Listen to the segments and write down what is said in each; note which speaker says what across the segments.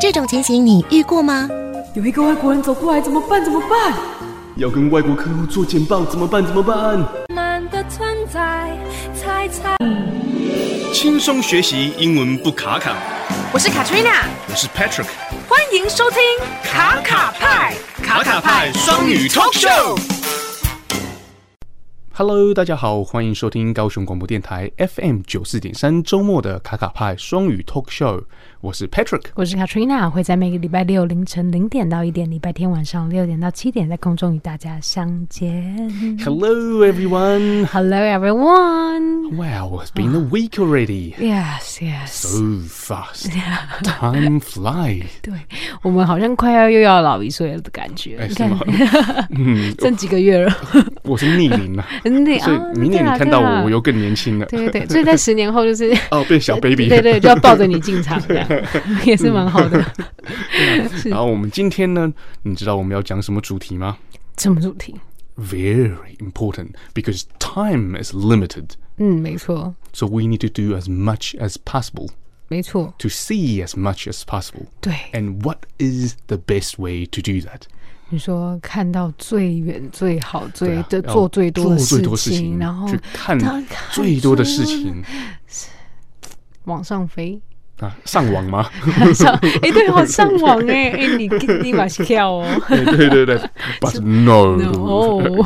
Speaker 1: 这种情形你遇过吗？
Speaker 2: 有一个外国人走过来，怎么办？怎么办？
Speaker 3: 要跟外国客户做简报，怎么办？怎么办？
Speaker 4: 慢的存在，猜猜。
Speaker 5: 轻松学习英文不卡卡。
Speaker 6: 我是 Katrina，
Speaker 5: 我是 Patrick，
Speaker 6: 欢迎收听卡卡派
Speaker 5: 卡卡派双语 talk show。
Speaker 3: Hello，大家好，欢迎收听高雄广播电台 FM 九四点三周末的卡卡派双语 Talk Show，我是 Patrick。
Speaker 7: 我是 Katrina，会在每个礼拜六凌晨零点到一点，礼拜天晚上六点到七点，在空中与大家相见。
Speaker 3: Hello everyone.
Speaker 7: Hello everyone.
Speaker 3: Wow, it's been a week already.
Speaker 7: Yes, yes.
Speaker 3: So fast. Time fly.
Speaker 7: 对我们好像快要又要老一岁了的感觉。
Speaker 3: 哎
Speaker 7: 你
Speaker 3: 是
Speaker 7: 看
Speaker 3: 吗， 嗯，
Speaker 7: 剩几个月了，
Speaker 3: 我是逆龄了，
Speaker 7: 那
Speaker 3: 所以
Speaker 7: 啊
Speaker 3: 明年
Speaker 7: 对啦
Speaker 3: 你看到
Speaker 7: 对啦
Speaker 3: 我，我又更年轻了。
Speaker 7: 对啊对对，所以在十年后就是
Speaker 3: 哦，变小 baby。
Speaker 7: 对对，就要抱着你进场， 这样也是蛮好的。是
Speaker 3: 然后我们今天呢，你知道我们要讲什么主题吗
Speaker 7: 什么主题？
Speaker 3: ？Very important because time is limited,
Speaker 7: 嗯，没错，
Speaker 3: so we need to do as much as possible
Speaker 7: 没错，
Speaker 3: to see as much as possible.
Speaker 7: 对。
Speaker 3: And what is the best way to do that?
Speaker 7: 你说看到最远、最好、
Speaker 3: 对
Speaker 7: 最
Speaker 3: 啊
Speaker 7: 的
Speaker 3: 要
Speaker 7: 做最多的
Speaker 3: 做最多事
Speaker 7: 情，
Speaker 3: 情，
Speaker 7: 然后
Speaker 3: 去看
Speaker 7: 他
Speaker 3: 最多的事情
Speaker 7: 往上 飞，
Speaker 3: 啊，上网 吗？
Speaker 7: 上哎、对哦，上网哎、哎、你你马是跳哦
Speaker 3: 对对对对，But no，
Speaker 7: ，no，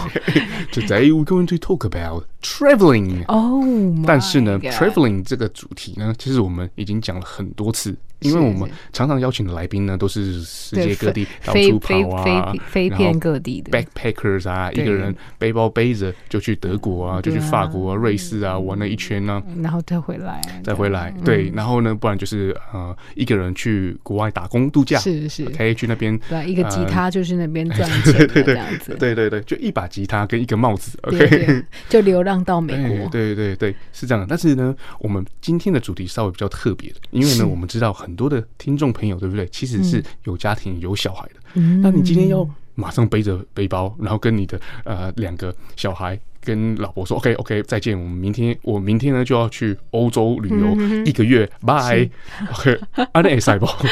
Speaker 3: Today we're going to talk about traveling.
Speaker 7: 哦，
Speaker 3: 但是呢
Speaker 7: my god
Speaker 3: ，traveling 这个主题呢，其实我们已经讲了很多次，因为
Speaker 7: 是
Speaker 3: 我们
Speaker 7: 是
Speaker 3: 常常邀请的来宾呢，都是世
Speaker 7: 对
Speaker 3: 界各地到
Speaker 7: 飞
Speaker 3: 处
Speaker 7: 飞
Speaker 3: 跑啊
Speaker 7: 飞，飞
Speaker 3: 然后
Speaker 7: 遍各地的，
Speaker 3: backpackers 啊，一
Speaker 7: 对
Speaker 3: 个人背包背着就去德国啊，就去
Speaker 7: 对啊嗯
Speaker 3: 法国啊、瑞士啊玩了一圈呢、
Speaker 7: 然后再回来，啊
Speaker 3: 再回来，
Speaker 7: 嗯
Speaker 3: 对，然后呢，不然就是呃，一个人去国外打工度假，
Speaker 7: 是是，
Speaker 3: 可以去那边，
Speaker 7: 对，一个吉
Speaker 3: 呃
Speaker 7: 他就是那边赚钱的
Speaker 3: 嗯
Speaker 7: 这 样子，
Speaker 3: 对对对，就一把吉他跟一个帽子，OK，
Speaker 7: 对对，就流浪到美
Speaker 3: 哎
Speaker 7: 国，
Speaker 3: 对对对，是这样的。但是呢，我们今天的主题稍微比较特别的，因为
Speaker 7: 是
Speaker 3: 呢，我们知道很多的听众朋友，对不对？其实是有家庭、有小孩的。
Speaker 7: 嗯
Speaker 3: 那你今天要马上背着背包，然后跟你的呃两个小孩。跟老婆说，OK OK，再见，我们明天我明天呢就要去欧洲旅游、
Speaker 7: 嗯
Speaker 3: 一个月，拜，OK，安 内塞不？
Speaker 7: 啊，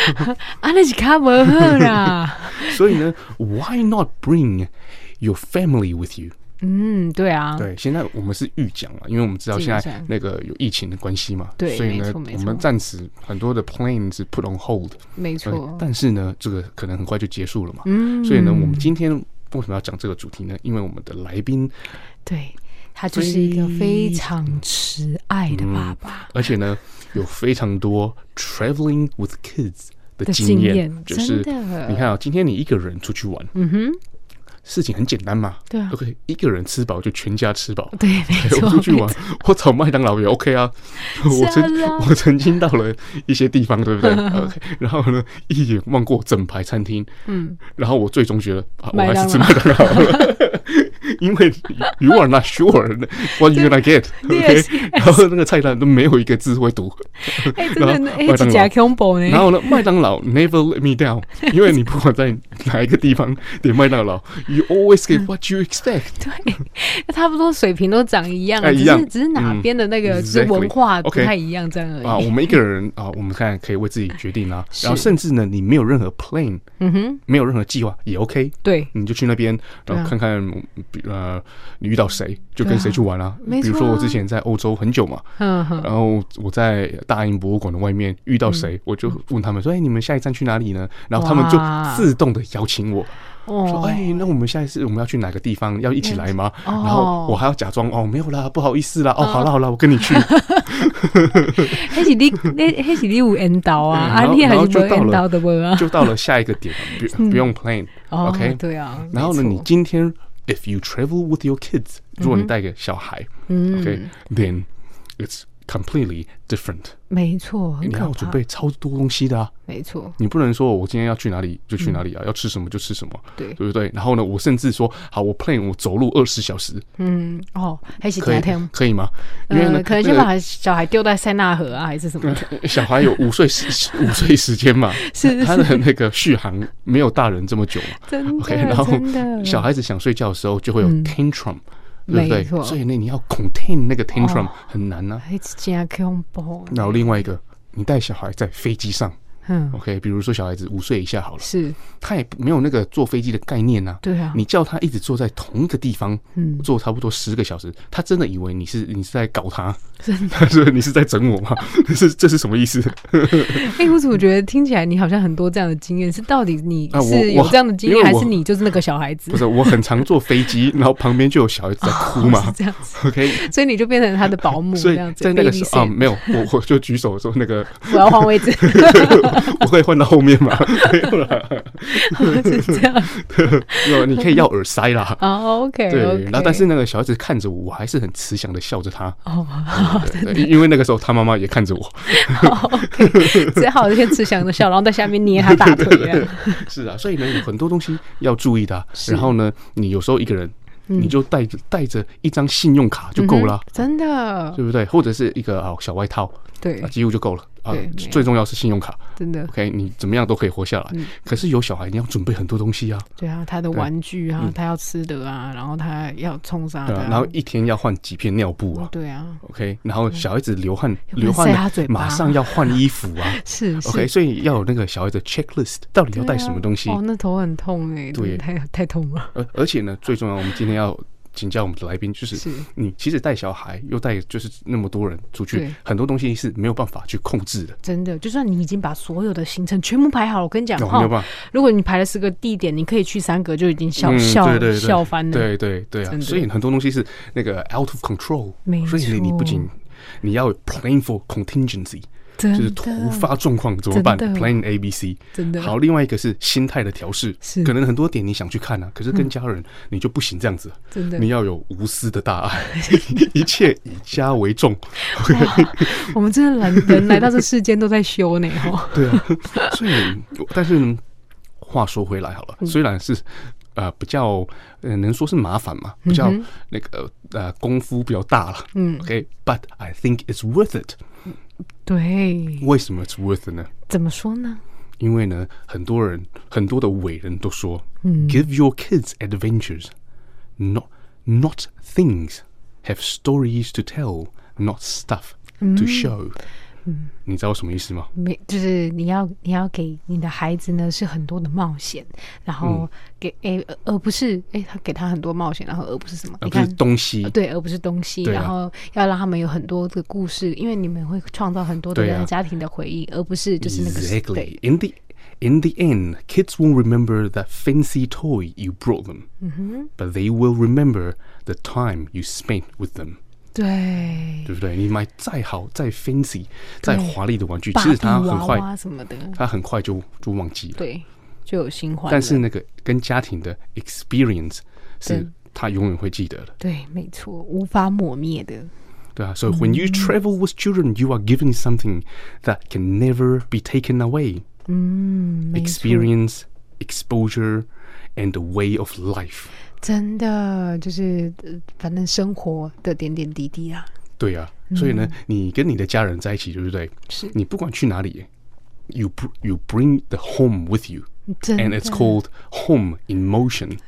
Speaker 7: 那是卡不好 啦，
Speaker 3: 所以呢，Why not bring your family with you？
Speaker 7: 嗯，对啊，
Speaker 3: 对，现在我们是预讲了，啊因为我们知道
Speaker 7: 基
Speaker 3: 现
Speaker 7: 本
Speaker 3: 在
Speaker 7: 上
Speaker 3: 那个有疫情的关系嘛，
Speaker 7: 对
Speaker 3: 所以呢
Speaker 7: 没错，没
Speaker 3: 我
Speaker 7: 错
Speaker 3: 们暂时很多的 plan 是 put on hold，
Speaker 7: 没
Speaker 3: 对
Speaker 7: 错，
Speaker 3: 但是呢，这个可能很快就结束了嘛，
Speaker 7: 嗯
Speaker 3: 所以呢，我们今天为什么要讲这个主题呢？因为我们的来宾，
Speaker 7: 对他就是一个非常慈爱的爸爸。
Speaker 3: 而且呢，有非常多 traveling with kids 嗯的
Speaker 7: 的
Speaker 3: 经
Speaker 7: 经
Speaker 3: 验
Speaker 7: 验，
Speaker 3: 就是
Speaker 7: 真的
Speaker 3: 你看啊、今天你一个人出去玩，
Speaker 7: 嗯哼，
Speaker 3: 事情很简单嘛，
Speaker 7: 对啊
Speaker 3: o k 一个人吃饱就全家吃 饱，
Speaker 7: 对，没
Speaker 3: 我
Speaker 7: 错，
Speaker 3: 出去
Speaker 7: 没
Speaker 3: 玩
Speaker 7: 错，
Speaker 3: 我找麦当劳也 OK 啊。我曾
Speaker 7: 是啊
Speaker 3: 我曾经到了一些地方，对 不对？OK，然后呢，一眼望过整排餐厅，
Speaker 7: 嗯，
Speaker 3: 然后我最终觉得，啊、我
Speaker 7: 麦
Speaker 3: 还
Speaker 7: 当
Speaker 3: 是吃麦
Speaker 7: 劳
Speaker 3: 当劳好 了，因为 you are not sure what you gonna get。OK，
Speaker 7: Yes,
Speaker 3: 然后那个菜单都没有一个字会读，
Speaker 7: 哎，
Speaker 3: 然后
Speaker 7: 真的，哎，
Speaker 3: 麦
Speaker 7: 这
Speaker 3: 当
Speaker 7: 假
Speaker 3: 劳
Speaker 7: combo
Speaker 3: 然
Speaker 7: 呢？
Speaker 3: 后呢，麦当劳 never let me down，因为你不管在哪一个地方点麦当劳，you always get what you expect。
Speaker 7: 对，差不多水平都长一样，
Speaker 3: 哎一
Speaker 7: 只
Speaker 3: 样
Speaker 7: 是只是哪
Speaker 3: 嗯
Speaker 7: 边的那个就是
Speaker 3: exactly
Speaker 7: 文化不
Speaker 3: OK
Speaker 7: 太一样这样
Speaker 3: 啊，
Speaker 7: 而已。
Speaker 3: 我们一个人啊，我们看可以为自己决定啊。然后
Speaker 7: 是
Speaker 3: 甚至呢，你没有任何 plan，
Speaker 7: 嗯哼，
Speaker 3: 没有任何计划也 OK，
Speaker 7: 对，
Speaker 3: 你就去那边，
Speaker 7: 对
Speaker 3: 然
Speaker 7: 啊
Speaker 3: 后看看、比呃你遇到谁就跟
Speaker 7: 对啊
Speaker 3: 谁去玩啊。
Speaker 7: 没
Speaker 3: 比如
Speaker 7: 错
Speaker 3: 说我
Speaker 7: 啊
Speaker 3: 之前在欧洲很久嘛，
Speaker 7: 嗯哼，
Speaker 3: 然后我在大英博物馆的外面遇到
Speaker 7: 嗯
Speaker 3: 谁，我就问他们说：“哎，你们下一站去哪里呢？”然后他们就
Speaker 7: 哇
Speaker 3: 自动的邀请我。说
Speaker 7: 哦，
Speaker 3: 哎，那我们下一次我们要去哪个地方？要一起来吗？
Speaker 7: 哦嗯
Speaker 3: 然后我还要假装哦，没有啦，不好意思啦，哦，好啦好啦，我跟你去。
Speaker 7: 黑起你，黑黑起你有引导啊，
Speaker 3: 嗯
Speaker 7: 啊，
Speaker 3: 然后
Speaker 7: 你还
Speaker 3: 然
Speaker 7: 是
Speaker 3: 后就
Speaker 7: 没
Speaker 3: 到
Speaker 7: 引导
Speaker 3: 了
Speaker 7: 的不啊？
Speaker 3: 就到了下一个点，
Speaker 7: 嗯
Speaker 3: 不不用 plan。
Speaker 7: 哦
Speaker 3: OK，
Speaker 7: 对啊，
Speaker 3: 然后呢，
Speaker 7: 没
Speaker 3: 你
Speaker 7: 错
Speaker 3: 今天 if you travel with your kids，如果你带个小孩
Speaker 7: 嗯，
Speaker 3: ，OK，then it's completely different。
Speaker 7: 没错，很
Speaker 3: 你
Speaker 7: 可
Speaker 3: 要准
Speaker 7: 怕，
Speaker 3: 备超多东西的啊，
Speaker 7: 没错，
Speaker 3: 你不能说我今天要去哪里就去哪里啊，要吃什么就吃什么，
Speaker 7: 嗯对
Speaker 3: 对不对？然后呢，我甚至说好，我 plan 我走路二十小时，
Speaker 7: 嗯，哦，黑起
Speaker 3: 可以
Speaker 7: 家庭。
Speaker 3: 可以吗？因为呢
Speaker 7: 呃，，可
Speaker 3: 那
Speaker 7: 能先
Speaker 3: 个
Speaker 7: 把 小孩丢在塞纳河啊，还是什么 的。
Speaker 3: 小孩有午睡时午睡时间嘛，
Speaker 7: 是
Speaker 3: 他的那个续航没有大人这么久嘛。
Speaker 7: 啊真
Speaker 3: OK，然后小孩子想睡觉的时候就会有
Speaker 7: 嗯
Speaker 3: tantrum，、对不对
Speaker 7: 没？错
Speaker 3: 所以那你要 contain 那个 tantrum、啊
Speaker 7: 哦
Speaker 3: 很难呢、
Speaker 7: 孩子真恐怖。
Speaker 3: 然后另外一个，你带小孩在飞机上，
Speaker 7: 嗯，
Speaker 3: OK，比如说小孩子五岁以下好了，
Speaker 7: 是，
Speaker 3: 他也没有那个坐飞机的概念呐、
Speaker 7: 对啊，
Speaker 3: 你叫他一直坐在同一个地方
Speaker 7: 嗯，
Speaker 3: 坐差不多十个小时，他真的以为你是你是在搞他，
Speaker 7: 真的，
Speaker 3: 他说 你是在整我吗？ 是这是什么意思？
Speaker 7: 哎，我怎么觉得听起来你好像很多这样的经验？是到底你
Speaker 3: 啊我
Speaker 7: 是有
Speaker 3: 我
Speaker 7: 这样的经
Speaker 3: 因
Speaker 7: 验，
Speaker 3: 为
Speaker 7: 还
Speaker 3: 我
Speaker 7: 是你就是那个小孩子？
Speaker 3: 不是，我很常坐飞 机，然后旁边就有小孩子在哭
Speaker 7: 是
Speaker 3: 嘛。
Speaker 7: 这样子，
Speaker 3: OK，
Speaker 7: 所以你就变成他的保姆
Speaker 3: 啊所
Speaker 7: 这
Speaker 3: 以
Speaker 7: 哦样子，
Speaker 3: 在那个
Speaker 7: babysit
Speaker 3: 时候啊，没有，我我就举手说那个
Speaker 7: 我要换位 置，
Speaker 3: 我可以换到后面 吗？没有啦，
Speaker 7: 是这样。
Speaker 3: 没有，你可以要耳塞啦。
Speaker 7: 哦 ，OK，
Speaker 3: 对
Speaker 7: OK
Speaker 3: 然后但是那个小孩子看着我，我还是很慈祥的笑着他。
Speaker 7: 哦，
Speaker 3: 对对，因因为那个时候他妈妈也看着我。
Speaker 7: 好，OK，只好先慈祥的笑，然后在下面捏他大腿这样。
Speaker 3: 是啊，所以呢，有很多东西要注意的啊、
Speaker 7: 是
Speaker 3: 然后呢，你有时候一个人，
Speaker 7: 嗯
Speaker 3: 你就带着带着一张信用卡就 够了啊
Speaker 7: 嗯哼，真的，
Speaker 3: 对不对？或者是一个啊小外套
Speaker 7: 对
Speaker 3: 啊，，几乎就够了啊
Speaker 7: 对嗯没。有
Speaker 3: 最重要是信用卡
Speaker 7: 真的，
Speaker 3: ，OK，你怎么样都可以活下来。可是有小孩，你要准备很多东西啊，
Speaker 7: 对啊，他的
Speaker 3: 对嗯
Speaker 7: 玩具啊，他要吃的啊，然后他要冲啥
Speaker 3: 对
Speaker 7: 的
Speaker 3: 啊
Speaker 7: 啊，，
Speaker 3: 然后一天要换几片尿布啊。
Speaker 7: 对啊，
Speaker 3: OK，然后小孩子流汗，
Speaker 7: 不能
Speaker 3: 流汗
Speaker 7: 塞他嘴
Speaker 3: 了
Speaker 7: 巴
Speaker 3: 马上要换衣服 啊。
Speaker 7: 是是
Speaker 3: OK，所以要有那个小孩子 checklist，到底
Speaker 7: 对
Speaker 3: 要带什么东西
Speaker 7: 啊？哦，那头很痛哎，
Speaker 3: 对
Speaker 7: 太太痛了，
Speaker 3: 而而且呢，最重要，我们今天要请教我们的来宾，就是
Speaker 7: 是
Speaker 3: 你其实带小孩又带就是那么多人出去
Speaker 7: 对，
Speaker 3: 很多东西是没有办法去控制的，
Speaker 7: 真的。就算你已经把所有的行程全部排好了，我跟你讲
Speaker 3: 哦
Speaker 7: 哈
Speaker 3: 没有办法，
Speaker 7: 如果你排了十个地点，你可以去三个，就已经笑
Speaker 3: 嗯
Speaker 7: 笑
Speaker 3: 对对对
Speaker 7: 笑翻了。
Speaker 3: 对对对啊
Speaker 7: 真，的
Speaker 3: 所以很多东西是那个 out of control，
Speaker 7: 没
Speaker 3: 所以你
Speaker 7: 错
Speaker 3: 不仅你要有 plan for contingency，
Speaker 7: 真
Speaker 3: 就
Speaker 7: 的，
Speaker 3: 是突发状况怎么办
Speaker 7: 真的
Speaker 3: ？Plan A B C，
Speaker 7: 真的
Speaker 3: 好，另外一个是心态的调试
Speaker 7: 是，
Speaker 3: 可能很多点你想去看啊，可是跟家人你就不行这样子，
Speaker 7: 真的
Speaker 3: 你要有无私的大爱， 一切以家为重。
Speaker 7: 我们真 的人人来到这世间都在修呢，哈，
Speaker 3: 对啊，所以但是呢话说回来好了，
Speaker 7: 嗯
Speaker 3: 虽然是呃比较呃能说是麻烦嘛，比较那个呃功夫比较大了，
Speaker 7: 嗯
Speaker 3: ，OK，but、I think it's worth it。
Speaker 7: 对，
Speaker 3: 为什么 it's worth it 呢？
Speaker 7: 怎么说呢？
Speaker 3: 因为呢，很多人很多的伟人都说、g i v e your kids adventures, not not things. Have stories to tell, not stuff to
Speaker 7: Mm.
Speaker 3: show、你知道什么意思吗？
Speaker 7: 没，就是你要你要给你的孩子呢是很多的冒险，然
Speaker 3: 嗯
Speaker 7: 后给诶、而而不是诶、他给他很多冒险，然后而不是什么？
Speaker 3: 而
Speaker 7: 你
Speaker 3: 不是
Speaker 7: 看。
Speaker 3: 东西
Speaker 7: 呃，对，而不是东西，
Speaker 3: 对啊
Speaker 7: 然后要让他们有很多的故事，因为你们会创造很多的
Speaker 3: 对啊
Speaker 7: 人的家庭的回忆，而不是就是那个
Speaker 3: Exactly.
Speaker 7: 对
Speaker 3: In the in the end, kids won't remember that fancy toy you brought them,
Speaker 7: Mm-hmm.
Speaker 3: but they will remember the time you spent with them.
Speaker 7: 对
Speaker 3: 对不对？你买再好、再 fancy、再华丽的玩具，
Speaker 7: 芭
Speaker 3: 其实
Speaker 7: 比
Speaker 3: 它很
Speaker 7: 娃
Speaker 3: 快，
Speaker 7: 娃什么的，
Speaker 3: 它很快就就忘记了。
Speaker 7: 对，就有新欢了。
Speaker 3: 但是那个跟家庭的 experience 是
Speaker 7: 对
Speaker 3: 他永远会记得的，
Speaker 7: 对，没错，无法抹灭的。
Speaker 3: 对啊。So when
Speaker 7: Mm。
Speaker 3: you travel with children, you are given something that can never be taken away.
Speaker 7: 嗯，没错
Speaker 3: Experience, exposure, and the way of life.
Speaker 7: 真的就是，呃反正生活的点点滴滴啊，
Speaker 3: 对呀、所以呢，你跟你的家人在一起，对不对？
Speaker 7: Mm。是
Speaker 3: 你不管去哪里，you br- you bring the home with you。
Speaker 7: 真的。
Speaker 3: And it's called home in motion。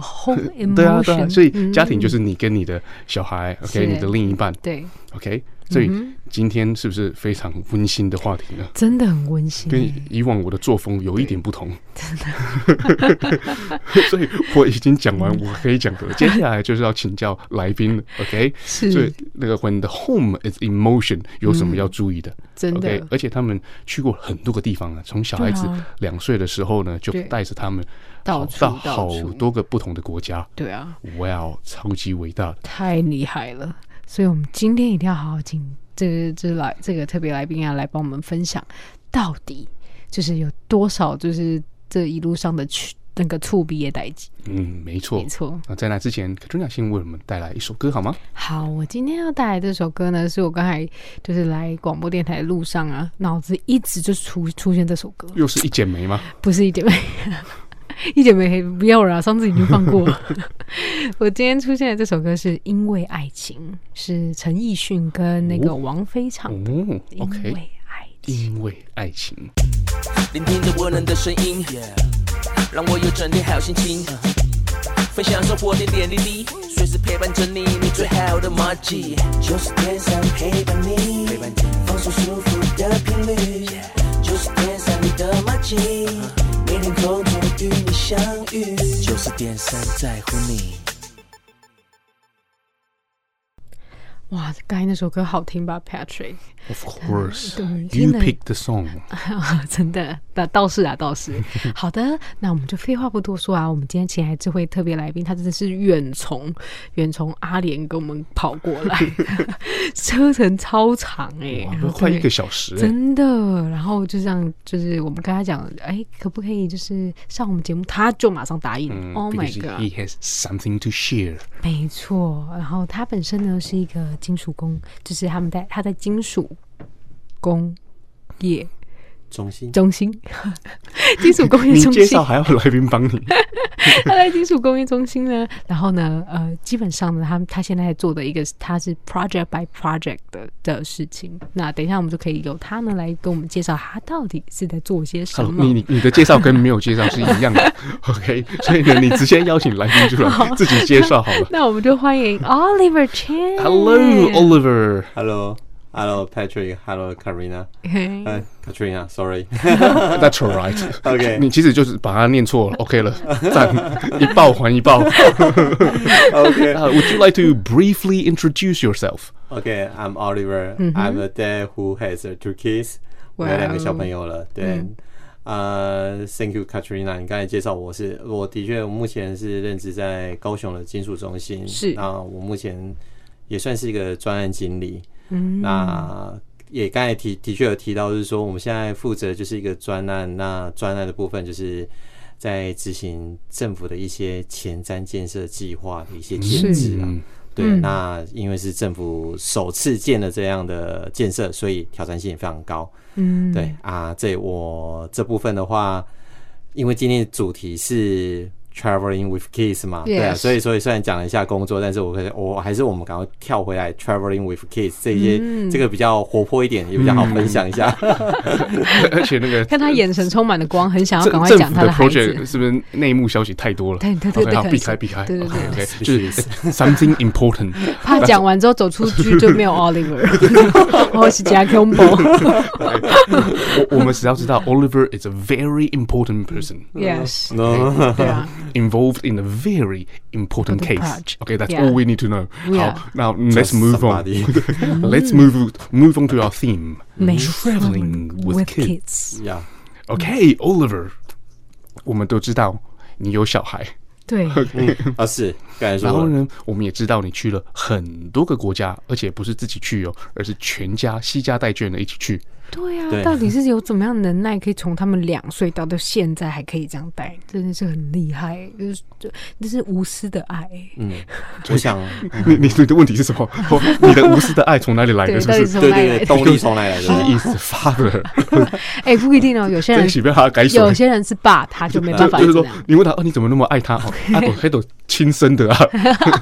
Speaker 7: home
Speaker 3: 对啊，对啊，
Speaker 7: emotion，Mm。
Speaker 3: 所以家庭就是你跟你的小孩
Speaker 7: 是
Speaker 3: ，OK，你的另一半
Speaker 7: 对，
Speaker 3: ，OK。所
Speaker 7: 嗯
Speaker 3: 以今天是不是非常温馨的话题呢？
Speaker 7: 真的很温馨
Speaker 3: 跟
Speaker 7: 耶。
Speaker 3: 以往我的作风有一点不同，真 的。所以我已经讲完我可以讲的了，接下来就是要请教来宾了，OK？
Speaker 7: 是
Speaker 3: 所以那个 When the home is in motion 有什么要注意的？
Speaker 7: 嗯真的
Speaker 3: OK，而且他们去过很多个地方啊，从小孩子
Speaker 7: 对啊
Speaker 3: 两岁的时候呢，就
Speaker 7: 对
Speaker 3: 带着他们
Speaker 7: 到
Speaker 3: 好
Speaker 7: 处
Speaker 3: 到
Speaker 7: 到
Speaker 3: 好
Speaker 7: 处
Speaker 3: 多个不同的国家。
Speaker 7: 对啊，
Speaker 3: 哇哦，超级伟大的！
Speaker 7: 太厉害了。所以我们今天一定要好好请这这来这个特别来宾啊，来帮我们分享到底就是有多少就是这一路上的去那个触毕业代际，
Speaker 3: 嗯，没错
Speaker 7: 没。错。
Speaker 3: 那在那之前，可中雅先为我们带来一首歌好吗？
Speaker 7: 好，我今天要带来这首歌呢，是我刚才就是来广播电台的路上啊，脑子一直就出出现这首歌，
Speaker 3: 又是一剪梅吗？
Speaker 7: 不是一剪梅， 一剪梅不要了啊，上次已经放过 了。我今天出现的这首歌是因为爱情，是陈奕迅跟那个王菲唱的。
Speaker 3: 哦
Speaker 7: 因为
Speaker 3: ，OK，
Speaker 7: 爱情，
Speaker 3: 因为爱情。
Speaker 8: 聆听着温暖的声音，让我有整天好心情。分享生活点点滴滴，随时陪伴着你，你最好的默契。就是天上陪伴你，陪伴你放松舒服的频率，就是天上你境，命运空中与你相遇。九十点三在乎你。
Speaker 7: 哇，刚才那首歌好听吧，Patrick？
Speaker 3: Of course,
Speaker 7: 对
Speaker 3: you
Speaker 7: 听了
Speaker 3: pick the song。
Speaker 7: 真的，那倒是啊，倒 是。好的，那我们就废话不多说啊，我们今天请来这位特别来宾，他真的是远从远从阿联跟我们跑过 来，车程超长哎、
Speaker 3: 哇
Speaker 7: 然，后
Speaker 3: 都快一个
Speaker 7: 对
Speaker 3: 小时、欸，
Speaker 7: 真的，然后就这样，就是我们跟他讲，哎，可不可以就是上我们节目，他就马上答应。
Speaker 3: 嗯
Speaker 7: oh my
Speaker 3: because
Speaker 7: god！
Speaker 3: he has something to share。
Speaker 7: 没错，然后他本身呢是一个金属工，就是他们在他在金属工业
Speaker 9: 中心
Speaker 7: 中心， 金属工业
Speaker 3: 你
Speaker 7: 中
Speaker 3: 介
Speaker 7: 心
Speaker 3: 绍，还要来宾帮你，
Speaker 7: 他在金属工业中心呢。然后呢，呃，基本上呢，他他现在做的一个他是 project by project 的的事情。那等一下我们就可以由他呢来跟我们介绍他到底是在做些 什么。
Speaker 3: 你你你的介绍跟没有介绍是一 样的，OK？所以呢，你直接邀请来宾出
Speaker 7: 哦
Speaker 3: 来自己介绍好 了。
Speaker 7: 那我们就 欢迎哦 Oliver Chen。
Speaker 3: Hello Oliver，
Speaker 9: ，Hello，Hello Patrick，Hello Karina，
Speaker 7: 嘿
Speaker 9: 哎，Katrina，Sorry，
Speaker 3: That's all right。
Speaker 9: OK
Speaker 3: 你其实就是把它念错了，OK 了，赞，一报还一报。
Speaker 9: OK，OK，I'm
Speaker 3: Uh, would you like to briefly introduce yourself?
Speaker 9: Oliver，I'm a dad who has uh, two kids，我有两个小朋友了，对。呃、t h a n k you Katrina，你刚才介绍我是，我的确我目前是任职在高雄的金属中心，
Speaker 7: 是
Speaker 9: 那我目前也算是一个专案经理，嗯，那也刚才提的确有提到，就是说我们现在负责就是一个专案，那专案的部分就是在执行政府的一些前瞻建设计划的一些建制啊
Speaker 3: 嗯，
Speaker 9: 对，那因为是政府首次建了这样的建设，所以挑战性非常高。
Speaker 7: 嗯，
Speaker 9: 对啊，这我这部分的话，因为今天的主题是 traveling with kids 嘛对啊，
Speaker 7: Yes
Speaker 9: 所以所以虽然讲了一下工作，但是我可以我还是我们赶快跳回来 traveling with kids 这些、
Speaker 7: 嗯
Speaker 9: 这个比较活泼一点，也比较好分享一下。
Speaker 3: 而且 那个
Speaker 7: 看他眼神充满了光，很想要
Speaker 3: 政
Speaker 7: 赶快
Speaker 3: 政
Speaker 7: 讲
Speaker 3: 府
Speaker 7: 他
Speaker 3: 的
Speaker 7: 孩子
Speaker 3: project。是不是内幕消息太多了？
Speaker 7: 对对对
Speaker 3: OK，好，
Speaker 7: 对
Speaker 3: 避开避开。
Speaker 7: 对对对
Speaker 3: OK，就是 something important。
Speaker 7: 怕讲完之后走出去就 没有 Oliver，哦是加 combo。
Speaker 3: 我我们只要知道 Oliver is a very important person
Speaker 7: Yes，
Speaker 3: 嗯
Speaker 9: No
Speaker 7: 对啊，
Speaker 3: Uh-huh involved in a very important
Speaker 7: Important
Speaker 3: case.
Speaker 7: project.
Speaker 3: Okay, that's
Speaker 7: Yeah.
Speaker 3: all we need to know.
Speaker 7: Yeah.
Speaker 3: 好，now let's move on.
Speaker 9: somebody.
Speaker 3: Let's move move on to our theme.
Speaker 7: 没
Speaker 3: Traveling with kids.
Speaker 7: kids，
Speaker 9: 呀
Speaker 3: Okay, Oliver，我们都知道你有小孩。
Speaker 7: 对，
Speaker 9: 啊是，刚才说
Speaker 3: 然
Speaker 9: 了
Speaker 3: 后呢，我们也知道你去了很多个国家，而且不是自己去哦，而是全家惜家带眷的一起去。
Speaker 7: 对啊，
Speaker 9: 对
Speaker 7: 到底是有怎么样的能耐，可以从他们两岁到到现在还可以这样带，真的是很厉害，就是就这是无私的爱，
Speaker 3: 嗯
Speaker 9: 我想，
Speaker 3: 你你你的问题是什么？哦你的无私的爱从哪里来的？
Speaker 7: 对，
Speaker 3: 是哎不是
Speaker 7: 到底是？从
Speaker 9: 对
Speaker 7: 哪里来
Speaker 9: 对对，
Speaker 7: 的？
Speaker 9: 动力从哪里来的？
Speaker 3: He is the father，
Speaker 7: 哎，不 一定哦，有些
Speaker 3: 这
Speaker 7: 人
Speaker 3: 喜被他改手
Speaker 7: 有。些人是爸，他就 没
Speaker 3: 就
Speaker 7: 办法
Speaker 3: 就是
Speaker 7: 这
Speaker 3: 说
Speaker 7: 样，。
Speaker 3: 你问他哦，你怎么那么爱他？哦，阿 朵黑朵亲生的啊！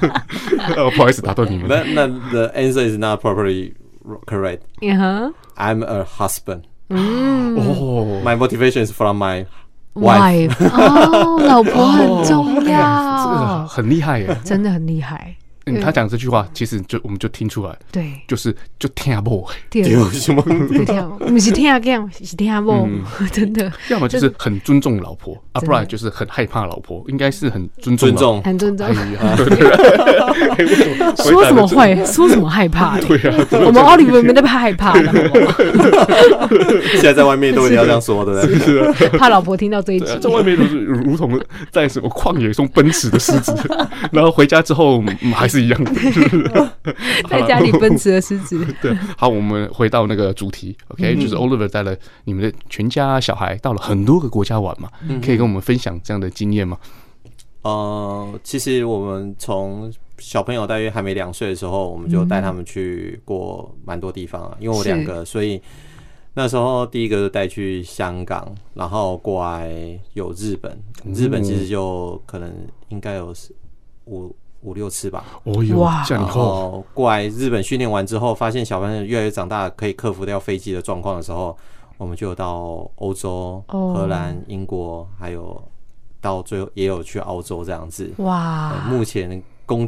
Speaker 3: 哦，不好意思打断你们。
Speaker 9: 那那 the answer is not properly correct.
Speaker 7: 嗯哼
Speaker 9: I'm a husband.
Speaker 3: 哦，
Speaker 7: 嗯
Speaker 9: My motivation is from my
Speaker 7: ，wife
Speaker 9: wife.
Speaker 7: Uh-huh 哦，老婆很重
Speaker 3: 这个
Speaker 7: 要，
Speaker 3: 很厉害 耶！
Speaker 7: 真的很厉害，
Speaker 3: 嗯他讲这句话，其实就我们就听出来，
Speaker 7: 对，
Speaker 3: 就是就听不懂耶
Speaker 7: 第二
Speaker 9: 有什么？
Speaker 7: 对听不，不是听啊讲，是听啊不，真的
Speaker 3: 要么就是很尊重老婆啊，不然就是很害怕老婆，应该是很尊重
Speaker 9: 尊
Speaker 3: 老婆。
Speaker 9: 重。
Speaker 7: 很尊重。
Speaker 3: 哎呀，对对对，为什么回答得
Speaker 7: 说什么坏，说什么害怕？
Speaker 3: 这？对啊，
Speaker 7: 我们奥利文没在怕害怕的，好不好
Speaker 9: 现在在外面都一定要这样说，对不对？
Speaker 7: 怕老婆听到这一集。
Speaker 3: 在外面都是如同在什么旷野中奔驰的狮子，然后回家之后、嗯还是一样的。
Speaker 7: 在家里奔驰的狮子，
Speaker 3: 对，好，我们回到那个主题，OK，、就是 Oliver 带了你们的全家小孩到了很多个国家玩嘛，可以跟我们分享这样的经验吗？
Speaker 9: 呃，其实我们从小朋友大约还没两岁的时候，我们就带他们去过蛮多地方啊，因为我
Speaker 7: 是
Speaker 9: 两个，所以那时候第一个就带去香港，然后过来有日本，日本其实就可能应该有四五五六次吧，
Speaker 3: 哦哟
Speaker 7: 哇，
Speaker 3: 这样以
Speaker 9: 然
Speaker 3: 后
Speaker 9: 后过来日本训练完之后，发现小朋友越来越长大，可以克服掉飞机的状况的时候，我们就到欧洲、
Speaker 7: 哦
Speaker 9: 荷兰、英国，还有到最后也有去澳洲这样子。
Speaker 7: 哇
Speaker 9: 呃，目前工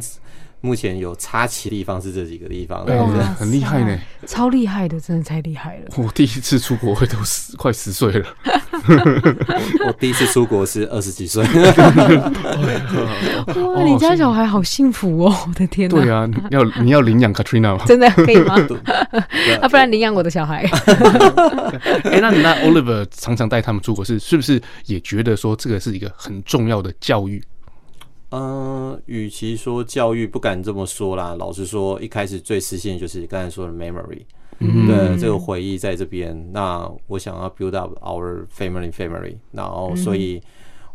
Speaker 9: 目前有插旗的地方是这几个地方。
Speaker 3: 哎、
Speaker 7: 哇
Speaker 3: 很厉害呢！
Speaker 7: 超厉害的，真的太厉害了。
Speaker 3: 我第一次出国我都十快十岁了，
Speaker 9: 我第一次出国是二十 几岁，
Speaker 7: 哇，你家小孩好幸福哦！我的天哪，
Speaker 3: 对啊，你要你要领养 Katrina 吗？
Speaker 7: 真的可以吗？啊，不然领养我的小孩。
Speaker 3: 哎、那你那 Oliver 常常带他们出国是是不是也觉得说这个是一个很重要的教育？
Speaker 9: 嗯，与其说教育，不敢这么说啦。老实说，一开始最实现就是刚才说的 memory，、对
Speaker 3: 嗯
Speaker 9: 这个回忆在这边。那我想要 build up our family family，然后所以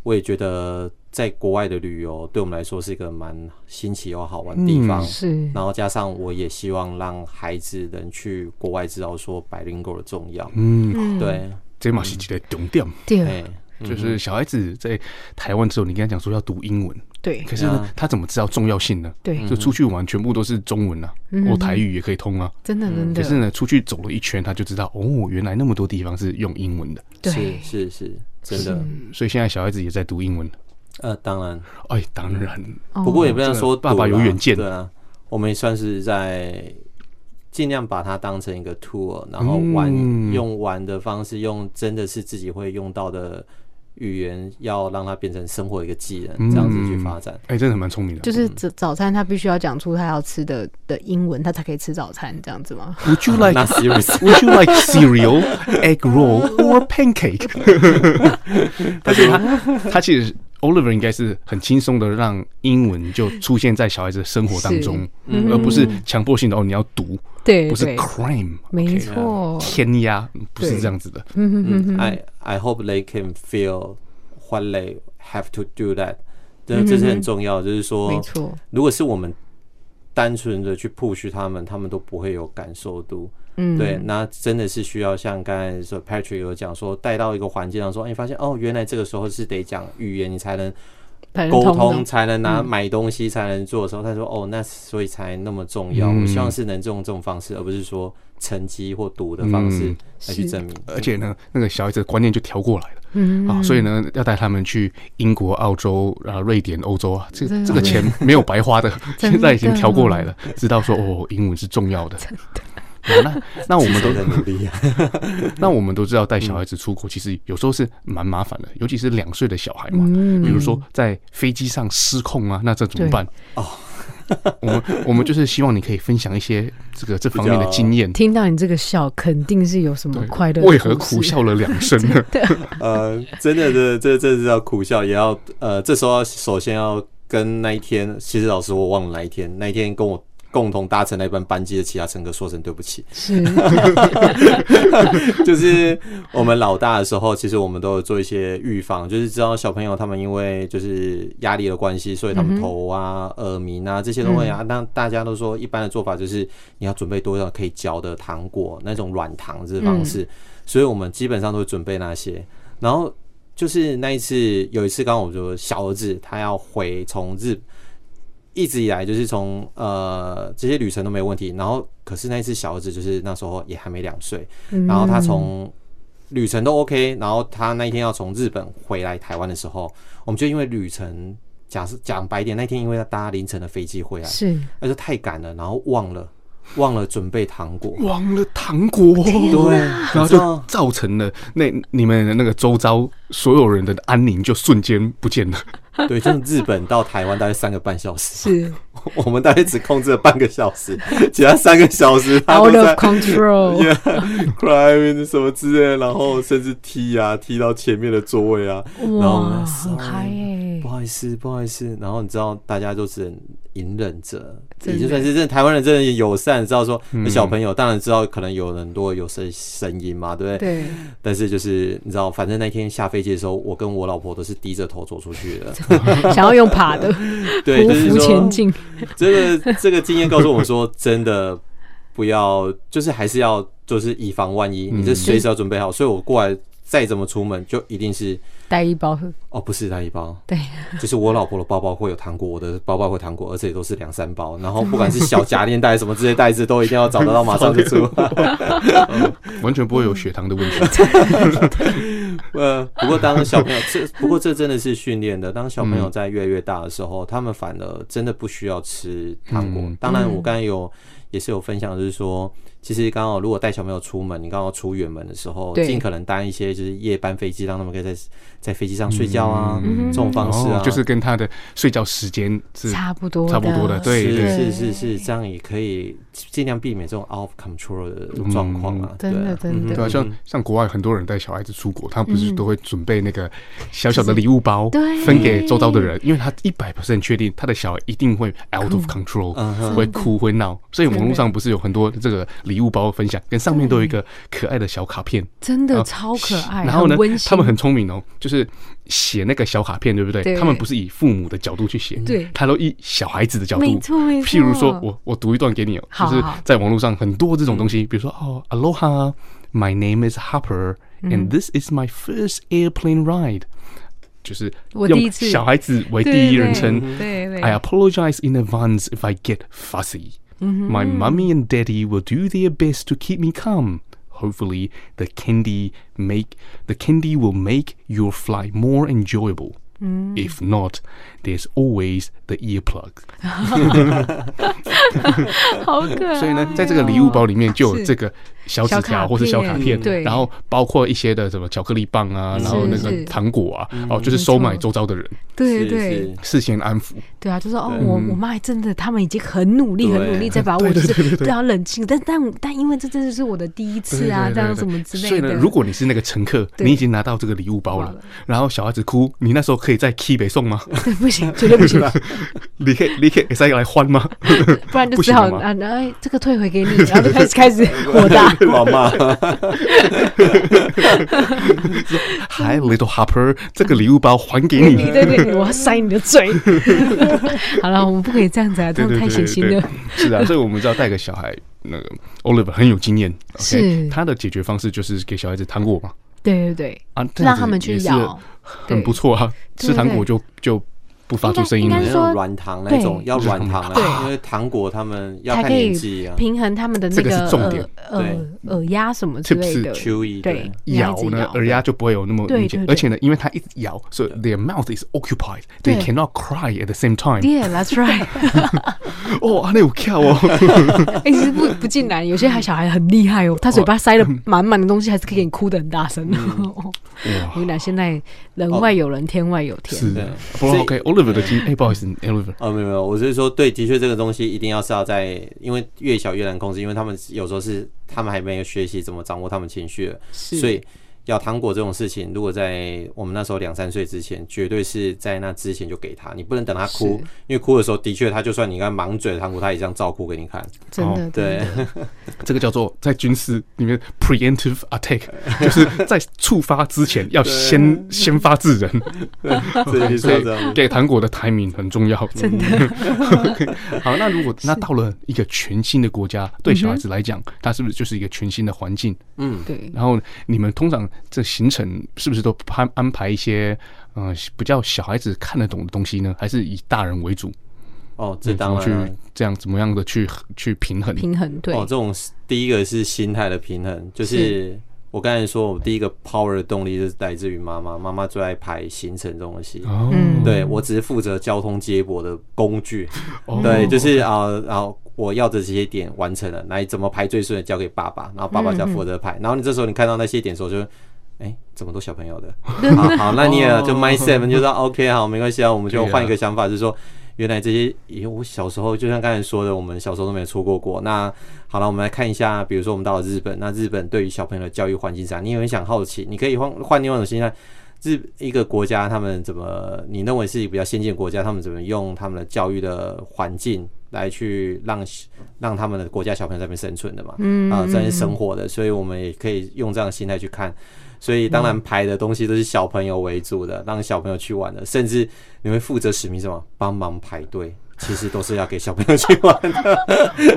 Speaker 9: 我也觉得在国外的旅游对我们来说是一个蛮新奇又好玩的地方。
Speaker 3: 嗯
Speaker 7: 是，
Speaker 9: 然后加上我也希望让孩子能去国外知道说百灵狗的重要。
Speaker 3: 嗯，
Speaker 7: 嗯，
Speaker 9: 对，
Speaker 3: 这嘛是一个重点，
Speaker 7: 对
Speaker 9: 哎、
Speaker 3: 就是小孩子在台湾之后，你跟他讲说要读英文，
Speaker 7: 对
Speaker 3: 可是呢
Speaker 9: 啊，
Speaker 3: 他怎么知道重要性呢？
Speaker 7: 对，
Speaker 3: 就出去玩全部都是中文啊，
Speaker 7: 嗯
Speaker 3: 我台语也可以通啊。
Speaker 7: 真的真
Speaker 3: 可是
Speaker 7: 的，
Speaker 3: 呢，出去走了一圈，他就知道哦，原来那么多地方是用英文的，
Speaker 7: 对，
Speaker 9: 是是是，真的。
Speaker 3: 所以现在小孩子也在读英文。
Speaker 9: 呃，当然，
Speaker 3: 哎，当然，
Speaker 9: 不过也不能
Speaker 3: 哦这个
Speaker 9: 说
Speaker 3: 爸爸
Speaker 9: 赌
Speaker 3: 有
Speaker 9: 啦
Speaker 3: 远见
Speaker 9: 对啊，我们也算是在尽量把它当成一个 tour，然后玩、
Speaker 3: 嗯
Speaker 9: 用玩的方式，用真的是自己会用到的语言，要让它变成生活一个技能，这样子去发展。
Speaker 3: 哎，真的蛮聪明的。
Speaker 7: 就是早早餐他必须要讲出他要吃的的英文，他才可以吃早餐，这样子吗？
Speaker 3: Would you like
Speaker 9: 那 serious，
Speaker 3: Would you like cereal, egg roll or pancake？但是 他他其实 Oliver 应该是很轻松的让英文就出现在小孩子的生活当中，而不是强迫性的哦你要读，
Speaker 7: 对
Speaker 3: 不是啊
Speaker 7: 对，
Speaker 3: crime，
Speaker 7: 没错，
Speaker 3: 填鸭不是
Speaker 7: 对
Speaker 3: 这样子的。
Speaker 9: 嗯，I I hope they can feel what they have to do that，这这是很重要，就是说，
Speaker 7: 没错，
Speaker 9: 如果是我们单纯的去 push 他们，他们都不会有感受度。嗯，对，那真的是需要像刚才说 Patrick 有讲说，带到一个环境当中，哎，你发现哦，原来这个时候是得讲语言，你才能
Speaker 7: 很
Speaker 9: 沟
Speaker 7: 通
Speaker 9: 通，
Speaker 7: 的，
Speaker 9: 才能拿买东西，才能做的时候，他说哦，那所以才那么重要。
Speaker 3: 嗯
Speaker 9: 我希望是能用这种方式，而不是说成绩或读的方
Speaker 3: 嗯
Speaker 9: 式来去证明。
Speaker 3: 而且呢，那个小孩子的观念就调过来了。嗯啊，所以呢，要带他们去英国、澳洲、啊、瑞典、欧洲啊，这
Speaker 7: 真的
Speaker 3: 这个钱没有白 花的，
Speaker 7: 真的
Speaker 3: 现在已经调过来了，知道说哦，英文是重要的。啊那那我们 都
Speaker 9: 在努力啊，
Speaker 3: 那我们都知道，带小孩子出国其实有时候是蛮麻烦的，尤其是两岁的小孩嘛，
Speaker 7: 嗯
Speaker 3: 比如说在飞机上失控啊，那这怎么办？哦， 我们我们就是希望你可以分享一些这个这方面的经验。
Speaker 7: 听到你这个笑，肯定是有什么
Speaker 3: 对
Speaker 7: 快乐，
Speaker 3: 为何苦？ 笑了两声呢？
Speaker 7: 啊
Speaker 9: 呃，真的，这这这是要苦笑，也要呃，这时候要首先要跟那一天，其实老师我忘了那一天，那一天跟我共同搭乘那班班机的其他乘客说声对不起。
Speaker 7: 是，
Speaker 9: 就是我们老大的时候，其实我们都有做一些预防，就是知道小朋友他们因为就是压力的关系，所以他们头啊、耳鸣啊这些东西啊，那大家都说一般的做法就是你要准备多少可以嚼的糖果，那种软糖这方式，所以我们基本上都会准备那些，然后。就是那一次，有一次刚好我就小儿子他要回从日，一直以来就是从呃这些旅程都没问题，然后可是那一次小儿子就是那时候也还没两岁，
Speaker 7: 嗯
Speaker 9: 然后他从旅程都 OK，然后他那一天要从日本回来台湾的时候，我们就因为旅程假设讲白点，那天因为要搭凌晨的飞机回来，
Speaker 7: 是
Speaker 9: 那就太赶了，然后忘了忘了准备糖果，
Speaker 3: 忘了糖果，
Speaker 9: 对，
Speaker 3: 然后
Speaker 9: 你知道
Speaker 3: 就造成了那你们的那个周遭所有人的安宁就瞬间不见 了。
Speaker 9: 对，就是日本到台湾大概三个半小时，
Speaker 7: 是
Speaker 9: 我们大概只控制了半个小时， 其他三个小 时他都
Speaker 7: ，out of
Speaker 9: 在
Speaker 7: control，
Speaker 9: climbing 什么之类的，然后甚至踢啊，踢到前面的座位啊，然后我
Speaker 7: 哇，
Speaker 9: 们
Speaker 7: 很
Speaker 9: sorry，
Speaker 7: 嗨耶
Speaker 9: 不！好意思，不好意思。然后你知道，大家都只能隐忍着，
Speaker 7: 真的嗯
Speaker 9: 也就算是真的台湾人真的友善，知道说那小朋友当然知道，可能有很多有声声音嘛，对不对？
Speaker 7: 对，
Speaker 9: 但是就是你知道，反正那天下飞机的时候，我跟我老婆都是低着头走出 去的，
Speaker 7: 想要用爬 的，
Speaker 9: 对，
Speaker 7: 匍
Speaker 9: 就是
Speaker 7: 匐前
Speaker 9: 说，
Speaker 7: 进，
Speaker 9: 这个这个经验告诉我们说，真的不要，就是还是要就是以防万一，你这随时要准备好。所以我过来再怎么出门，就一定是
Speaker 7: 带一包，
Speaker 9: 哦，不是带一包，
Speaker 7: 对，
Speaker 9: 就是我老婆的包包会有糖果，我的包包会有糖果，而且都是两三包，然后不管是小夹链袋什么这些袋子，都一定要找得到，马上就出。
Speaker 3: 完全不会有血糖的问
Speaker 9: 嗯
Speaker 3: 题。
Speaker 9: 呃，不过当小朋友 这，不过这真的是训练的。当小朋
Speaker 7: 嗯
Speaker 9: 友在越来越大的时候，他们反而真的不需要吃糖果。
Speaker 3: 嗯
Speaker 9: 当然，我刚才有也是有分享，就是说，其实刚好如果带小朋友出门，你刚好出远门的时候，
Speaker 7: 对
Speaker 9: 尽可能搭一些就是夜班飞机，让他们可以在在飞机上睡觉啊，
Speaker 7: 嗯
Speaker 9: 这种方式啊，
Speaker 3: 哦，就是跟他的睡觉时间是
Speaker 7: 差不多，
Speaker 3: 差不多的，对
Speaker 9: 是
Speaker 3: 对，
Speaker 9: 是是是，这样也可以尽量避免这种 out of control 的状况啊。
Speaker 7: 嗯真的
Speaker 9: 对啊
Speaker 7: 真
Speaker 3: 对啊，
Speaker 7: 的，
Speaker 3: 像像国外很多人带小孩子出国，他不是都会准备那个小小的礼物包
Speaker 7: 对
Speaker 3: 分给周遭的人，因为他一百 percent 确定他的小孩一定会 out of control，
Speaker 9: 嗯哼
Speaker 3: 会哭会闹，所以网络上不是有很多这个礼物包分享，跟上面都有一个可爱的小卡片，
Speaker 7: 真
Speaker 3: 然
Speaker 7: 的
Speaker 3: 后
Speaker 7: 超可
Speaker 3: 啊
Speaker 7: 爱，
Speaker 3: 哦然后呢
Speaker 7: 很温，馨
Speaker 3: 他们很聪明哦，就是写那个小卡片，对不对？
Speaker 7: 对
Speaker 3: 他们不是以父母的角度去写，
Speaker 7: 对
Speaker 3: 他都以小孩子的角度。
Speaker 7: 没错没错
Speaker 3: 譬如说我我读一段给你哦，
Speaker 7: 好
Speaker 3: 就是
Speaker 7: 好
Speaker 3: 在网络上很多这种东西，比如说哦，Aloha。My name is Hopper,
Speaker 7: 嗯
Speaker 3: and this is my first airplane ride. 就是
Speaker 7: 我第一
Speaker 3: 用
Speaker 7: 次
Speaker 3: 小孩子为
Speaker 7: 对
Speaker 3: 第一人
Speaker 7: 对
Speaker 3: 称。
Speaker 7: 对对
Speaker 3: I apologize in advance if I get fussy.
Speaker 7: Mm-hmm.
Speaker 3: My mummy and daddy will do their best to keep me calm. Hopefully, the candy make the candy will make your flight more enjoyable.
Speaker 7: Mm.
Speaker 3: If not, there's always the earplug.
Speaker 7: 好可爱。
Speaker 3: 所以呢，在这个礼物包里面就有
Speaker 7: 是
Speaker 3: 这个小指
Speaker 7: 小卡
Speaker 3: 甲或是小卡
Speaker 7: 片
Speaker 3: 片，
Speaker 7: 对
Speaker 3: 然后包括一些的什么巧克力棒啊，然后那
Speaker 7: 是
Speaker 3: 个
Speaker 7: 是
Speaker 3: 糖果啊，哦，就是
Speaker 7: 没
Speaker 3: 收买
Speaker 7: 错
Speaker 3: 周遭的人，
Speaker 7: 对
Speaker 9: 是
Speaker 7: 对
Speaker 9: 是
Speaker 3: 事先安抚。
Speaker 7: 对啊，就说哦，
Speaker 9: 对
Speaker 3: 嗯
Speaker 7: 我我妈真的，他们已经很努力，很
Speaker 9: 对
Speaker 7: 努力在 把我就是对啊冷静，但但但因为这真的是我的第一次啊，
Speaker 3: 对对对
Speaker 7: 这
Speaker 3: 对
Speaker 7: 样什么之
Speaker 3: 所
Speaker 7: 类
Speaker 3: 以呢
Speaker 7: 的。，
Speaker 3: 如果你是那个乘客，
Speaker 7: 对
Speaker 3: 你已经拿到这个礼物包
Speaker 7: 好
Speaker 3: 了
Speaker 7: 了，
Speaker 3: 然后小孩子哭，你那时候可以在 key 北送吗？
Speaker 7: 对不行，绝对不行，
Speaker 3: 你可以，你可以再来换吗？
Speaker 7: 嗯不然就
Speaker 3: 不
Speaker 7: 只
Speaker 3: 行
Speaker 7: 好
Speaker 3: 了吗
Speaker 7: 啊，然后这个退回给 你，然后就开始开始火大。
Speaker 9: 对，老妈，
Speaker 3: Hi little Hopper，这个礼物包还给你。
Speaker 7: 对对，我要塞你的 嘴。好了，我们不可以这样子啊，这
Speaker 3: 对对
Speaker 7: 样太
Speaker 3: 对
Speaker 7: 血腥
Speaker 3: 对
Speaker 7: 了
Speaker 3: 对。，是啊，所以我们知道带个小孩，那个 Oliver 很有经验
Speaker 7: 是
Speaker 3: ，OK，他的解决方式就是给小孩子糖果嘛，
Speaker 7: 对对对，
Speaker 3: 啊，这样
Speaker 7: 让
Speaker 3: 子
Speaker 7: 他们去
Speaker 3: 也是
Speaker 7: 咬，对
Speaker 3: 很不错啊，
Speaker 7: 对
Speaker 3: 吃糖果就就不发出声音
Speaker 7: 应该
Speaker 9: 那
Speaker 3: 了
Speaker 7: 应该。
Speaker 9: 种软糖那种
Speaker 7: 对
Speaker 9: 要软糖啊，因为糖果他们要
Speaker 7: 才
Speaker 9: 看
Speaker 7: 可
Speaker 9: 年
Speaker 7: 以
Speaker 9: 纪啊，
Speaker 7: 平衡他们的那
Speaker 3: 这个是
Speaker 7: 个
Speaker 3: 重点
Speaker 7: 耳耳耳压什么之类的。
Speaker 9: 秋意
Speaker 7: 对，，你要
Speaker 3: 咬
Speaker 7: 一直
Speaker 3: 呢
Speaker 7: 咬，
Speaker 3: 耳压就不会有那么
Speaker 7: 对
Speaker 3: 明显
Speaker 7: 对，对
Speaker 3: 而且呢，因为他一直咬，所以 their mouth is occupied,
Speaker 7: 对
Speaker 3: they cannot cry at the same time。
Speaker 7: Yeah, that's right 。
Speaker 3: 哦，啊，那有跳 哦，
Speaker 7: 哎，其实不不尽然，有些还小孩很厉害哦，他嘴巴塞了满满的东西，还是可以给你哭得很大声。
Speaker 3: 嗯
Speaker 7: 我跟你讲，现在人外有人，天外有
Speaker 3: 哦
Speaker 7: 天。
Speaker 3: 是
Speaker 9: 对
Speaker 3: 的。不过 OK，Oliver 的经，哎，不好意思，Oliver，
Speaker 9: 哦，没有没有，我是说，对，的确这个东西一定要是要在，因为越小越难控制，因为他们有时候是他们还没有学习怎么掌握他们情绪了，所以咬糖果这种事情，如果在我们那时候两三岁之前，绝对是在那之前就给他，你不能等他哭
Speaker 7: 是，
Speaker 9: 因为哭的时候，的确他就算你看满嘴糖果，他也这样照哭给 你看，
Speaker 7: 真
Speaker 3: 哦
Speaker 7: 的，真
Speaker 9: 对
Speaker 7: 的，
Speaker 3: 这个叫做在军事里面 preemptive attack，就是在触发之前要先先发制 人。所
Speaker 9: 所以是啊
Speaker 3: 以
Speaker 9: 这样子，
Speaker 3: 给糖果的 timing 很重要，真的。OK，好， 那如果那到了一个全新的国家，对小孩
Speaker 7: 嗯
Speaker 3: 子来讲，它是不是就是一个全新的环境？
Speaker 9: 嗯，
Speaker 7: 对。
Speaker 3: 然后你们通常这行程是不是都安安排一些呃比较小孩子看得懂的东西呢？还是以大人为主？
Speaker 9: 哦，这
Speaker 3: 怎
Speaker 9: 当
Speaker 3: 么
Speaker 9: 然了
Speaker 3: 去。这样怎么样的去去平衡？
Speaker 7: 平衡对
Speaker 9: 哦，，这种是第一个是心态的平衡，就是我刚才说，我第一个 power 的动力就是来自于妈妈，妈妈最爱排行程这种东西。
Speaker 3: 哦，
Speaker 9: 对我只是负责交通接驳的工具，
Speaker 3: 哦
Speaker 9: 对，就是啊，呃然后我要的这些点完成了，来怎么排最顺的交给爸爸，然后爸爸
Speaker 3: 嗯
Speaker 9: 再负责排，然后你这时候你看到那些点的时候就。哎、怎么都小 朋友的？好好，那你也就
Speaker 3: 哦
Speaker 9: my s e v 就说 OK，好，没关系啊，我们就
Speaker 3: 对啊
Speaker 9: 换一个想法，就是说，原来这些，咦，我小时候就像刚才说的，我们小时候都没有出过国。那好了，我们来看一下，比如说我们到了日本，那日本对于小朋友的教育环境上，你也很想好奇，你可以换换另外一种心态，日一个国家，他们怎么你认为是比较先进的国家，他们怎么用他们的教育的环境来去让让他们的国家小朋友在那边生存的嘛？嗯啊、在那边生活的，所以我们也可以用这样的心态去看。所以
Speaker 3: 嗯
Speaker 9: 当然排的东西都是小朋友为主的，让小朋友去玩的，甚至你会负责使命是什么？帮忙排队，其实都是要给小朋友去玩 的。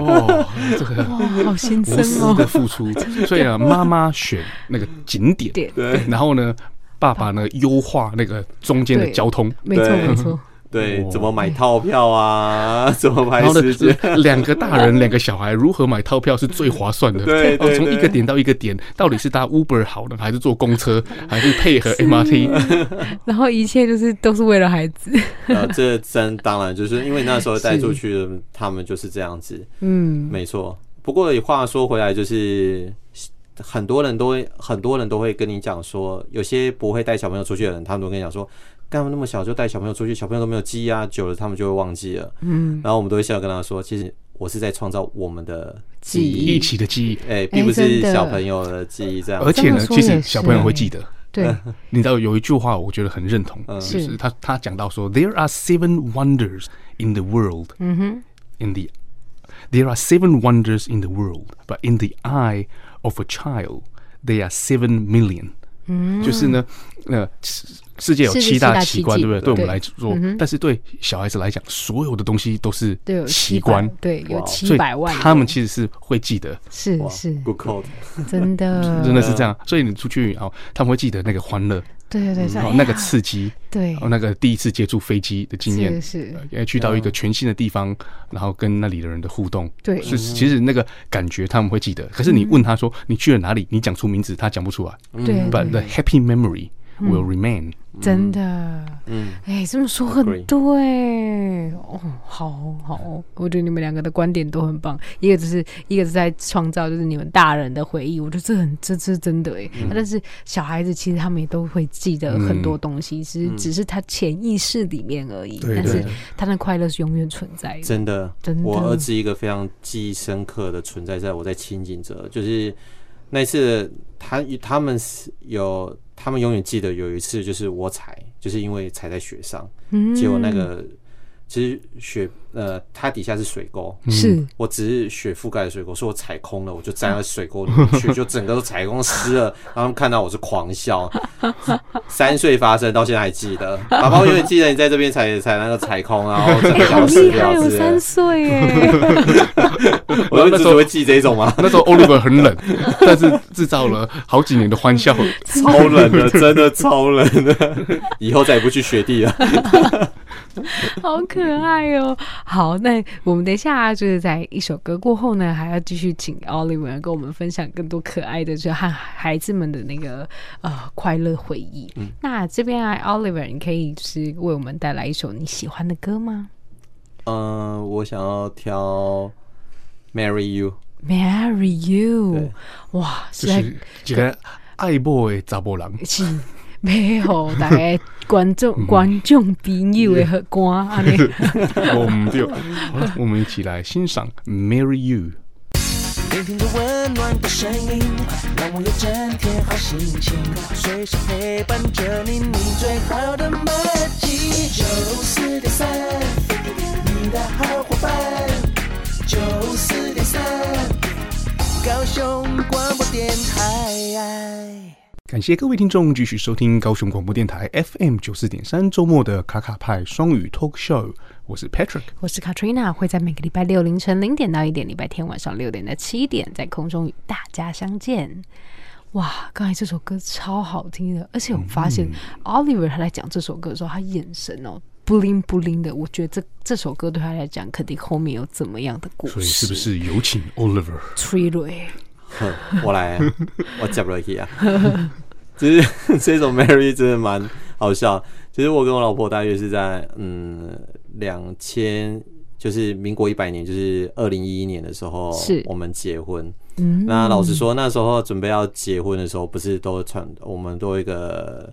Speaker 3: 哦，这个
Speaker 7: 哇，好心
Speaker 3: 无
Speaker 7: 酸
Speaker 3: 私的
Speaker 7: 哦。
Speaker 3: 付出。所以啊，妈妈选那个景点，
Speaker 7: 点
Speaker 9: 对
Speaker 3: 然后呢，爸爸呢优化那个中间的
Speaker 7: 对
Speaker 3: 交通，
Speaker 7: 没错
Speaker 9: 对
Speaker 7: 没错，
Speaker 9: 对
Speaker 3: 哦，
Speaker 9: 怎么买套票啊？ 怎么排
Speaker 3: 然后
Speaker 9: 时间？
Speaker 3: 呢，呃两个大人两个小孩如何买套票是最划算的？
Speaker 9: 对对
Speaker 3: 哦，从
Speaker 9: 对
Speaker 3: 一个点到一个点，到底是搭 Uber 好呢，还是坐公车，还是配合 MRT？
Speaker 7: 然后一切就是都是为了孩子。
Speaker 9: 呃，这真当然就是因为那时候带出去的，他们就是这样子，
Speaker 7: 嗯，
Speaker 9: 没错。不过话说回来，就是很多人都会，很多人都会跟你讲说，有些不会带小朋友出去的人，他们都跟你讲说，干嘛那么小就带小朋友出去？小朋友都没有记忆啊，久了他们就会忘记了。嗯，然后我们都会笑着跟他说，其实我是在创造我们的记
Speaker 7: 记忆
Speaker 9: 忆
Speaker 3: 一，起的记忆，
Speaker 9: 哎、并不
Speaker 7: 真
Speaker 9: 是
Speaker 7: 的
Speaker 9: 小朋友的记忆这样
Speaker 3: 而
Speaker 9: 子。
Speaker 3: 且
Speaker 7: 这
Speaker 3: 呢，
Speaker 7: 么说
Speaker 3: 其实
Speaker 7: 也
Speaker 3: 小朋友
Speaker 7: 是
Speaker 3: 会
Speaker 7: 欸
Speaker 3: 记得。
Speaker 7: 对，
Speaker 3: 你知道有一句话，我觉得很认同，就是是他他讲到说，There are seven wonders in the world.
Speaker 7: 嗯
Speaker 3: In the There are seven wonders in the world, but in the eye of a child, they are seven million. 就是呢，呃，世世界有
Speaker 7: 嗯世界
Speaker 3: 七
Speaker 7: 七
Speaker 3: 大
Speaker 7: 大
Speaker 3: 奇
Speaker 7: 奇
Speaker 3: 观，
Speaker 7: 迹
Speaker 3: 对不对？对我们
Speaker 7: 对嗯
Speaker 3: 来说，但是对小孩子来讲，所有的东西都是
Speaker 7: 对，有
Speaker 3: 奇
Speaker 7: 七
Speaker 3: 观
Speaker 7: 百，对，有
Speaker 9: 哇
Speaker 3: 所
Speaker 7: 七
Speaker 3: 以
Speaker 7: 百万个，
Speaker 3: 他们其实是会记得，
Speaker 7: 是
Speaker 9: 哇
Speaker 7: 是
Speaker 9: 哦，Good code，
Speaker 7: 真的，
Speaker 3: 真的是这样。所以你出去哦，他们会记得那个欢乐，
Speaker 7: 对对对，
Speaker 3: 然
Speaker 7: 像
Speaker 3: 后那个刺激，
Speaker 7: 对
Speaker 3: 然，后那个第一次接触飞机的哦经验，
Speaker 7: 是是，
Speaker 3: 呃，去到一个全新的地方，然后跟那里的人的互动，
Speaker 7: 对嗯
Speaker 3: 是其实那个感觉他们会记得。可是你问他说你去了哪里，你讲出名字，他讲不出来。
Speaker 7: 对
Speaker 3: But the
Speaker 7: 对，
Speaker 3: happy memory will remain。
Speaker 7: 真的，
Speaker 9: 嗯，
Speaker 7: 哎，这么说很
Speaker 9: Agree
Speaker 7: 对哦，好好，我觉得你们两个的观点都很棒，一个就是一个是在创造就是你们大人的回忆，我觉得这很这这是真的哎、
Speaker 9: 嗯
Speaker 7: 啊但是小孩子其实他们也都会记得很多东西，只
Speaker 9: 嗯
Speaker 7: 是只是他潜意识里面而已，
Speaker 3: 对
Speaker 7: 但是
Speaker 3: 对？
Speaker 7: 他的快乐是永远存在的，
Speaker 9: 真的，
Speaker 7: 真的
Speaker 9: 我儿子一个非常记忆深刻的存在，在我在亲近者，就是那一次他他们是有，他们永远记得有一次，就是我踩，就是因为踩在雪上，
Speaker 7: 嗯
Speaker 9: 结果那个其实雪呃，它底下是水沟，
Speaker 7: 嗯 是
Speaker 9: 我只是雪覆盖的水沟，所以我踩空了，我就站在水沟里面 去，就整个都踩空湿了。然后他们看到我是狂笑， 三岁发生到现在还记得，爸爸我永远记得你在这边踩踩那个踩空，然后整个
Speaker 7: 好
Speaker 9: 脚
Speaker 7: 厉
Speaker 9: 湿
Speaker 7: 害
Speaker 9: 掉
Speaker 7: 哦，
Speaker 9: 之类
Speaker 7: 三
Speaker 9: 的。
Speaker 7: 岁哎，
Speaker 9: 我一直只会记这种吗
Speaker 3: 那时候 Oliver 很冷， 但是制造了好几年的欢 笑。
Speaker 9: 超冷的，真的超冷的， 以后再也不去雪地了。
Speaker 7: 好可爱哦！好，那我们等一下就是在一首歌过后呢，还要继续请 Oliver 跟我们分享更多可爱的，就和孩子们的那个呃快乐回忆。
Speaker 3: 嗯
Speaker 7: 那这边啊，Oliver，你可以就是为我们带来一首你喜欢的歌吗
Speaker 9: 嗯，我想要挑 Marry You，
Speaker 7: ？Marry
Speaker 9: 对
Speaker 7: You，哇，实
Speaker 3: 就
Speaker 7: 在
Speaker 3: 是一个爱慕的查波郎，
Speaker 7: 是没有大概观
Speaker 3: 嗯
Speaker 7: 众观众朋友的和 歌安尼。
Speaker 3: 我们就好了，我们一起来欣赏《Marry You》。
Speaker 8: 聆听着温暖的声音，让我有整天好心情，随时陪伴着你，你最好的默契。九四点三，你的好伙伴。九四点三，高雄广播电台。
Speaker 3: 感谢各位听众继续收听高雄广播电台 FM 九四点三周末的卡卡派双语 Talk Show，我是 Patrick。
Speaker 7: 我是 Katrina，会在每个礼拜六凌晨零点到一点，礼拜天晚上六点到七点，在空中与大家相见。哇，刚才这首歌超好听的，而且我发
Speaker 9: 嗯
Speaker 7: 现 Oliver 他在讲这首歌的时候，他眼神哦。不灵不灵的，我觉得这这首歌对他来讲，肯定后面有怎么样的故
Speaker 3: 所
Speaker 7: 事？
Speaker 3: 以是不是有请 Oliver？
Speaker 7: 催泪？
Speaker 9: 哼我来啊，我接不下 去啊。其实 这首 Mary 真的蛮好笑。其实我跟我老婆大约是在嗯两千，就是民国一百年，就是二零一一年的时候，
Speaker 7: 是
Speaker 9: 我们结婚。嗯，那老实说，那时候准备要结婚的时候，不是都传我们都有一个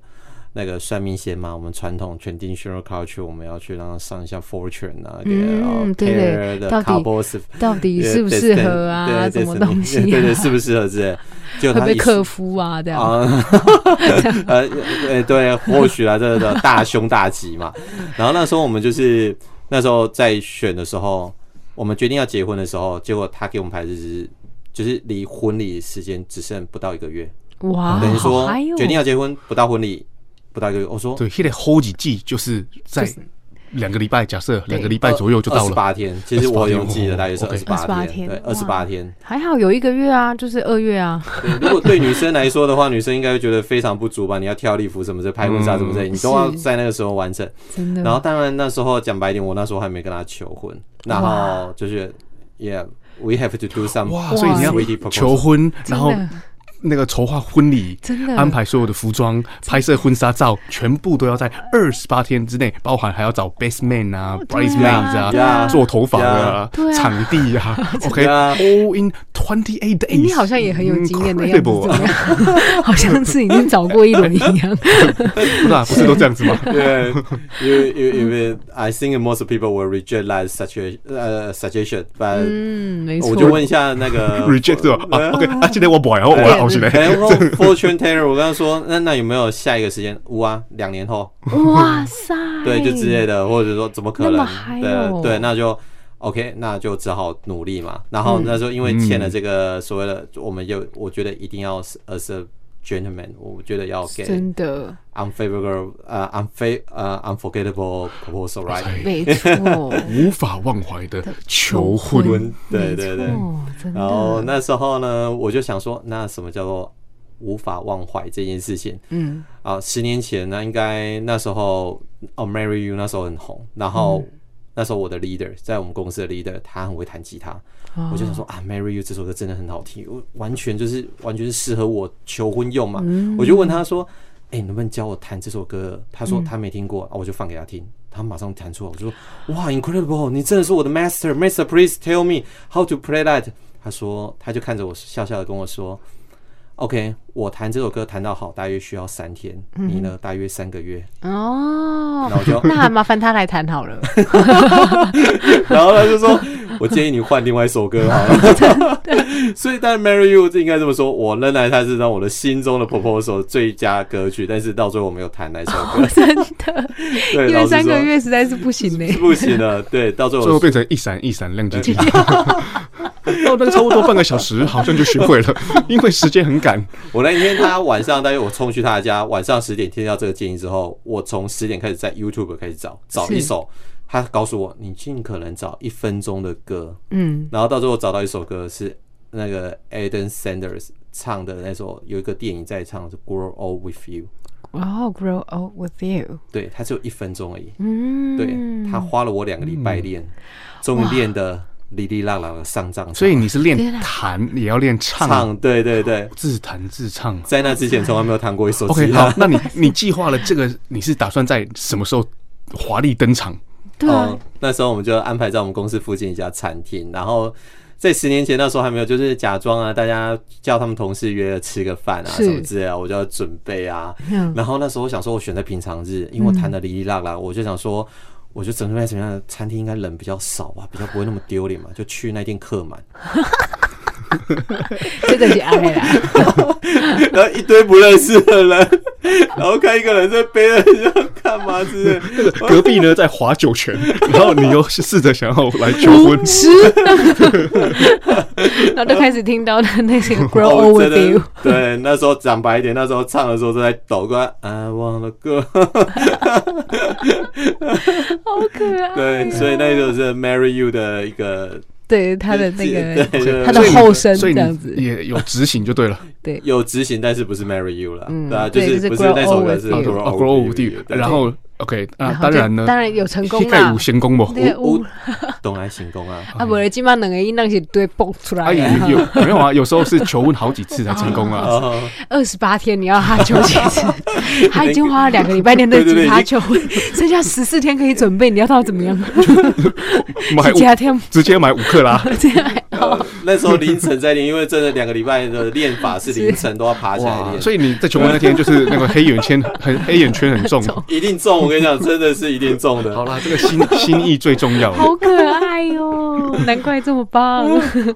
Speaker 9: 那个算命先嘛？我们传统 traditional culture，我们要去让他上一下 fortune 啊，给
Speaker 7: 嗯对对
Speaker 9: pair 的
Speaker 7: 到底
Speaker 9: couples
Speaker 7: 到底
Speaker 9: 呃对
Speaker 7: 适不适合啊？
Speaker 9: 对
Speaker 7: 什
Speaker 9: 对
Speaker 7: 么
Speaker 9: 对
Speaker 7: 东西、啊？
Speaker 9: 对对，适不适合之类的。就
Speaker 7: 会不
Speaker 9: 他
Speaker 7: 会
Speaker 9: 一
Speaker 7: 克夫啊？这样、
Speaker 9: 啊， 呃，对对，或许啊，这个大凶大吉 嘛。然后那时候我们就是那时候在选的时候，我们决定要结婚的时候，结果他给我们排的日子就是离婚礼时间只剩不到一个月，
Speaker 7: 哇，
Speaker 9: 等于
Speaker 7: 好
Speaker 9: 说
Speaker 7: 嗨哦
Speaker 9: 决定要结婚不到婚礼不到一个月。我说
Speaker 3: 对，现在 hold 几季就是在两个礼拜，假设两个礼拜左右就到了。
Speaker 9: 八天。其实我拥挤了大约是
Speaker 3: 28
Speaker 9: 二十
Speaker 3: 天哦
Speaker 9: 八
Speaker 7: 28天
Speaker 9: 天，对，
Speaker 7: 哇
Speaker 9: 二十八天。
Speaker 7: 还好有一个月啊，就是二月啊，
Speaker 9: 对如果对女生来说的话，女生应该会觉得非常不足吧？你要挑礼服什么的，拍婚纱什么之类，你都要
Speaker 7: 嗯是
Speaker 9: 在那个时候完成。
Speaker 7: 真的。
Speaker 9: 然后当然那时候讲白一点，我那时候还没跟他求婚，然后就是，yeah，we have to do some
Speaker 3: 哇，所以你要
Speaker 9: sweetie
Speaker 3: 求
Speaker 9: proposal。
Speaker 3: 婚，
Speaker 7: 真
Speaker 3: 然后
Speaker 7: 的
Speaker 3: 那个筹划婚礼，
Speaker 7: 真的
Speaker 3: 安排所有的服装、拍摄婚纱照，全部都要在二十八天之内，包含还要找 best man 啊、bridesmaids
Speaker 7: 对
Speaker 3: 啊、
Speaker 7: 啊
Speaker 3: 做头发的啊
Speaker 7: 对、啊
Speaker 3: 场地啊
Speaker 9: 对啊
Speaker 3: ，OK，all in twenty eight
Speaker 7: 欸
Speaker 3: days。
Speaker 7: 你好像也很有
Speaker 9: 嗯
Speaker 7: 经验的样子，怎
Speaker 3: Incredible
Speaker 7: 么样？ 好像是已经找过一轮一 样。
Speaker 3: 不是啊，不是都这样子吗？
Speaker 9: 对，因为因为因为 I think most people will reject that suggestion，呃，suggestion，but
Speaker 7: 嗯，没错。
Speaker 9: 我就问一下那 个
Speaker 3: reject 对吧？啊，OK，啊，今天我不来，我我好起来。
Speaker 9: 然后 Fortune Teller，我刚刚说，那那有没有下一个时间？无啊，两年后，
Speaker 7: 哇塞，
Speaker 9: 对，就之类的，或者说怎么
Speaker 7: 哎
Speaker 9: 可
Speaker 7: 那么
Speaker 9: 能
Speaker 7: 嗨？哦
Speaker 9: 对对，那就 OK，那就只好努力嘛。然
Speaker 7: 嗯
Speaker 9: 后那时候因为欠了这个所谓的，我们就我觉得一定要是 as a gentleman，我觉得要给
Speaker 7: 真的
Speaker 9: unfavorable 呃 unfa 呃 unforgettable proposal right。
Speaker 7: 没错，
Speaker 3: 无法忘怀的求婚，
Speaker 9: 对对对
Speaker 7: 没错真的。
Speaker 9: 然后那时候呢，我就想说，那什么叫做无法忘怀这件事情？
Speaker 7: 嗯，
Speaker 9: 啊，十年前那应该那时候哦，Marry You 那时候很红，然后
Speaker 7: 嗯
Speaker 9: 那时候我的 leader 在我们公司的 leader，他很会弹吉他，
Speaker 7: 哦
Speaker 9: 我就想说啊，Marry You 这首歌真的很好听，我完全就是完全是适合我求婚用嘛，
Speaker 7: 嗯
Speaker 9: 我就问他说。哎、你能不能教我弹这首歌？他
Speaker 7: 嗯
Speaker 9: 说他没听过、啊，我就放给他听，他马上弹出来。我就说哇，incredible！你真的是我的 master，master please tell me how to play that。他说，他就看着我笑笑的跟我说，OK，我弹这首歌弹到好，大约需要三天，你呢大约三个月。
Speaker 7: 嗯 哦
Speaker 9: 然后我就，
Speaker 7: 那还麻烦他来谈好 了。
Speaker 9: 然后他就说，我建议你换另外一首歌好 了。 所以，但《Marry You》这应该这么说，我仍然它是让我的心中的 proposal 最佳歌曲，但是到最后我没有弹那首歌，真的， 对，
Speaker 7: 哦因
Speaker 9: 老
Speaker 7: 为
Speaker 9: 实
Speaker 7: 三个
Speaker 9: 说
Speaker 7: 月实在是不 行嘞
Speaker 9: 是。不行的，对，到最
Speaker 3: 最后
Speaker 9: 后
Speaker 3: 变成一闪一闪亮晶晶。 到那个差不多半个小时， 好像就学会了，因为时间很赶。
Speaker 9: 我那一天他晚上大约我冲去他的家，晚上十点听到这个建议之后，我从十点开始在 YouTube 开始找找一首，他告诉我你尽可能找一分钟的歌，
Speaker 7: 嗯，
Speaker 9: 然后到最后找到一首歌是那个 Adam Sanders 唱的那首，有一个电影在唱是《Grow Old with You》，
Speaker 7: 哦，grow old with you。
Speaker 9: 对，它只有一分钟而已，
Speaker 7: 嗯，
Speaker 9: 对，他花了我两个礼拜练，终于练的哩哩啦啦的上账，
Speaker 3: 所以你是练弹，也要练唱，
Speaker 9: 唱，对对对，
Speaker 3: 自弹自唱。
Speaker 9: 在那之前从来没有弹过一首吉
Speaker 3: OK，
Speaker 9: 他
Speaker 3: 好，，那你你计划了这个，你是打算在什么时候华丽登 场？
Speaker 7: 对啊
Speaker 9: 哦，，那时候我们就安排在我们公司附近一家餐厅，然后在十年前那时候还没有，就是假装啊，大家叫他们同事约了吃个饭啊
Speaker 7: 是
Speaker 9: 什么之类啊，我就要准备啊。
Speaker 7: 嗯
Speaker 9: 然后那时候我想说，我选在平常日，因为我谈的哩哩啦啦，我就想说。我就准备在什么样的餐厅应该人比较少 吧，比较不会那么丢脸嘛，就去那店客满，
Speaker 7: 这个是啊安慰 啦。
Speaker 9: 然后一堆不认识的人， 然后看一个人在背着人家干嘛之类的，
Speaker 3: 隔壁呢在划酒 泉，然后你又试着想要来求婚，
Speaker 7: 然后就开始听到的那些 grow
Speaker 9: 哦
Speaker 7: old with
Speaker 9: 真的
Speaker 7: you。
Speaker 9: 对，那时候讲白一点，那时候唱的时候都在抖个 I wanna go，
Speaker 7: 好可爱。
Speaker 9: 对，所以那就是 Marry You 的一个
Speaker 7: 对他的那
Speaker 9: 对对
Speaker 7: 个
Speaker 9: 对
Speaker 7: 他的后身
Speaker 3: 所
Speaker 7: 这
Speaker 3: 以
Speaker 7: 样
Speaker 3: 你
Speaker 7: 子，
Speaker 3: 也有执行就对了。
Speaker 7: 对，
Speaker 9: 有执行，但是不是 Marry You 了，
Speaker 7: 嗯
Speaker 9: 对啊，
Speaker 7: 对
Speaker 9: 是
Speaker 7: 就是
Speaker 9: 不
Speaker 7: grow
Speaker 9: 那首歌
Speaker 7: old
Speaker 9: 是
Speaker 7: with you
Speaker 3: 哦 Grow with you，
Speaker 9: 对
Speaker 3: 然 后 OK，那
Speaker 7: 然后
Speaker 3: 啊当
Speaker 7: 就
Speaker 3: 然呢，
Speaker 7: 当然有成功
Speaker 3: 一概
Speaker 7: 啦
Speaker 3: 无。先功嘛。
Speaker 7: 对啊，
Speaker 9: 我
Speaker 7: 有
Speaker 9: 懂来行功啊，
Speaker 7: 啊，无咧，即摆两个音浪是对蹦出来
Speaker 3: 哎，有
Speaker 7: 的。
Speaker 3: 有没有啊？有时候是求婚好几次才成功 啊。
Speaker 9: 哦，
Speaker 7: 二十八天你要他求几次？ 他已经花了两个礼拜练的
Speaker 9: 对对
Speaker 7: 吉
Speaker 9: 对
Speaker 7: 他
Speaker 9: 已
Speaker 7: 求婚， 剩下十四天可以准备，你要他怎么样？
Speaker 3: 买哦
Speaker 7: 吉
Speaker 3: 五
Speaker 7: 他天
Speaker 3: 直接买五克拉，
Speaker 7: 这样
Speaker 9: 呃那时候凌晨在练，因为真的两个礼拜的练法是凌晨都要爬起来
Speaker 3: 哇！
Speaker 9: 练，
Speaker 3: 所以你在求婚那天就是那个黑眼圈很 黑眼圈很重。
Speaker 9: 一 定中，我跟你讲，真的是一定中的。
Speaker 3: 好啦，这个心心意最重要了。
Speaker 7: 好可爱哟！哦难怪这么棒。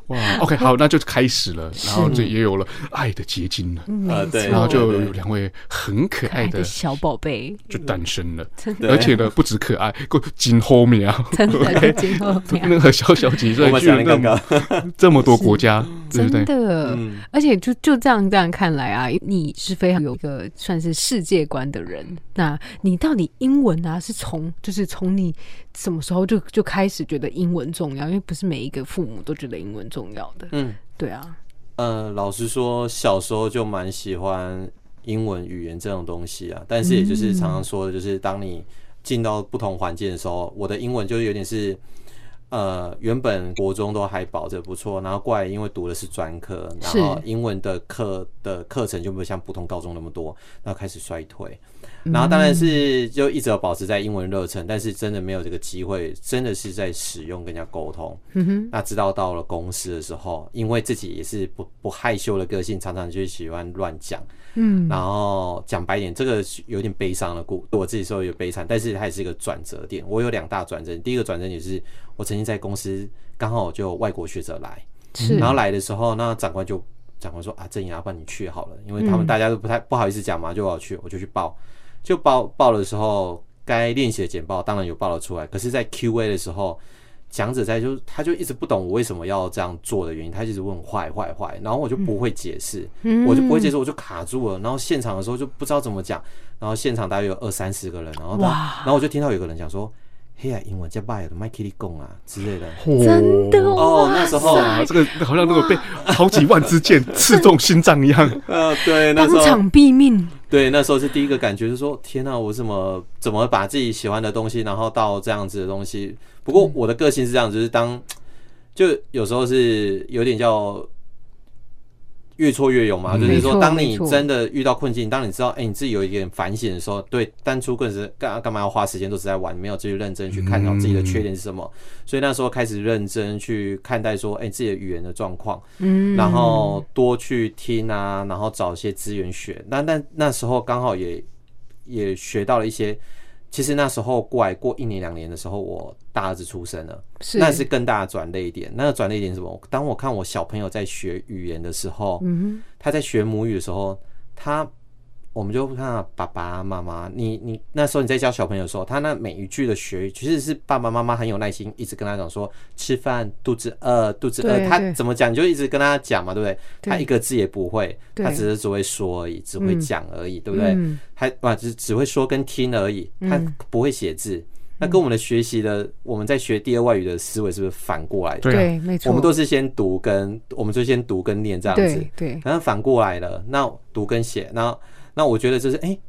Speaker 3: 哇，OK，好，那就开始了，然后这也有了爱的结晶了，
Speaker 9: 呃，对，
Speaker 3: 然后就
Speaker 9: 对
Speaker 3: 有两位很嗯可
Speaker 7: 可爱
Speaker 3: 爱
Speaker 7: 的
Speaker 3: 的
Speaker 7: 哎小宝贝，
Speaker 3: 就诞生了，
Speaker 9: 对
Speaker 3: 而且呢，不止可爱，够紧后面啊。
Speaker 7: 真的今后这 样
Speaker 3: 那个小小几
Speaker 9: 我
Speaker 3: 岁
Speaker 9: 们
Speaker 3: 去
Speaker 9: 讲
Speaker 3: 了
Speaker 9: 的
Speaker 3: 那
Speaker 9: 刚刚
Speaker 3: 么，这么多国家，对不
Speaker 7: 真
Speaker 3: 对？
Speaker 7: 的，
Speaker 9: 嗯，
Speaker 7: 而且就就这样这样看来啊，你是非常有一个算是世界观的人。那你到底英文啊，是从就是从你什么时候就就开始觉得英文重要？因为不是每一个父母都觉得英文重要的。
Speaker 9: 嗯，
Speaker 7: 对啊，
Speaker 9: 呃，老实说，小时候就蛮喜欢英文语言这种东西啊，但是也就是常常说的，就是当你进到不同环境的时候，我的英文就是有点是。呃，原本国中都还保着不错，然后过来因为读的是专科，然
Speaker 7: 是
Speaker 9: 后英文的课的课程就没有像普通高中那么多，然后开始衰退。然后当然是就一直有保持在英文热忱，但是真的没有这个机会，真的是在使用跟人家沟通。
Speaker 7: 嗯
Speaker 9: 那直到到了公司的时候，因为自己也是不不害羞的个性，常常就喜欢乱讲。嗯，然后讲白点，这个是有点悲伤的故，我自己说有悲惨，但是它也是一个转折点。我有两大转折，第一个转折点是我曾经在公司刚好就有外国学者来，
Speaker 7: 是，
Speaker 9: 然后来的时候，那长官就长官说啊，郑雅，不然你去好了，因为他们大家都不太、不好意思讲嘛，就我去，我就去报，就报报的时候，该练习的简报当然有报得出来，可是，在 Q&A 的时候，讲者在就他就一直不懂我为什么要这样做的原因，他一直问坏坏坏，然后我就不会解释，我就不会解释，我就卡住了，然后现场的时候就不知道怎么讲，然后现场大约有二三十个人，然后他然后我就听到有个人讲说。嘿呀，英文叫拜的麦克利贡啊之类的
Speaker 3: 真的
Speaker 9: 哦，那时候
Speaker 3: 哇，啊这个好像那个被好几万支箭刺中心脏一样。
Speaker 9: 呃，对，那
Speaker 7: 当
Speaker 9: 时候
Speaker 7: 场毙命，
Speaker 9: 对，那时候是第一个感觉，就是说天呐，我怎么怎么把自己喜欢的东西，然后到这样子的东西。
Speaker 7: 嗯
Speaker 9: 不过我的个性是这样，就是当就有时候是有点叫越挫越勇嘛，
Speaker 3: 嗯
Speaker 9: 就是
Speaker 7: 没
Speaker 9: 说
Speaker 7: 错
Speaker 9: 当
Speaker 7: 没
Speaker 9: 你
Speaker 7: 错
Speaker 9: 真的遇到困境，当你知道哎、你自己有一点反省的时候，对，当初更是干干嘛要花时间都是在玩，没有去认真去看到自己的缺点是什
Speaker 7: 嗯
Speaker 9: 么。所以那时候开始认真去看待说，哎、自己的语言的状况。
Speaker 7: 嗯，
Speaker 9: 然后多去听啊，然后找一些资源学。那那那时候刚好也也学到了一些。其实那时候过来过一年两年的时候，我大儿子出生了，
Speaker 7: 是嗯
Speaker 9: 那是更大的转捩点。那个转捩点是什么？当我看我小朋友在学语言的时候，
Speaker 7: 嗯
Speaker 9: 他在学母语的时候，他我们就看啊爸爸妈妈，你你那时候你在教小朋友的时候，他那每一句的学语，其实是爸爸妈妈很有耐心，一直跟他讲说吃饭肚子饿肚子饿，
Speaker 7: 对
Speaker 9: 他
Speaker 7: 对
Speaker 9: 怎么讲你就一直跟他讲嘛，对不对？
Speaker 7: 对
Speaker 9: 他一个字也不会，
Speaker 7: 对
Speaker 9: 他只是只会说而已，只会讲而已，对不对？
Speaker 7: 嗯
Speaker 9: 还啊只只会说跟听而已，他不会写
Speaker 7: 嗯
Speaker 9: 字。那跟我们的学习的，我们在学第二外语的思维是不是反过来？
Speaker 3: 对啊，
Speaker 7: 对，没错，
Speaker 9: 我们都是先读跟，我们就先读跟念这样子
Speaker 7: 对。对，
Speaker 9: 可能反过来了，那读跟写，那那我觉得就是哎、诶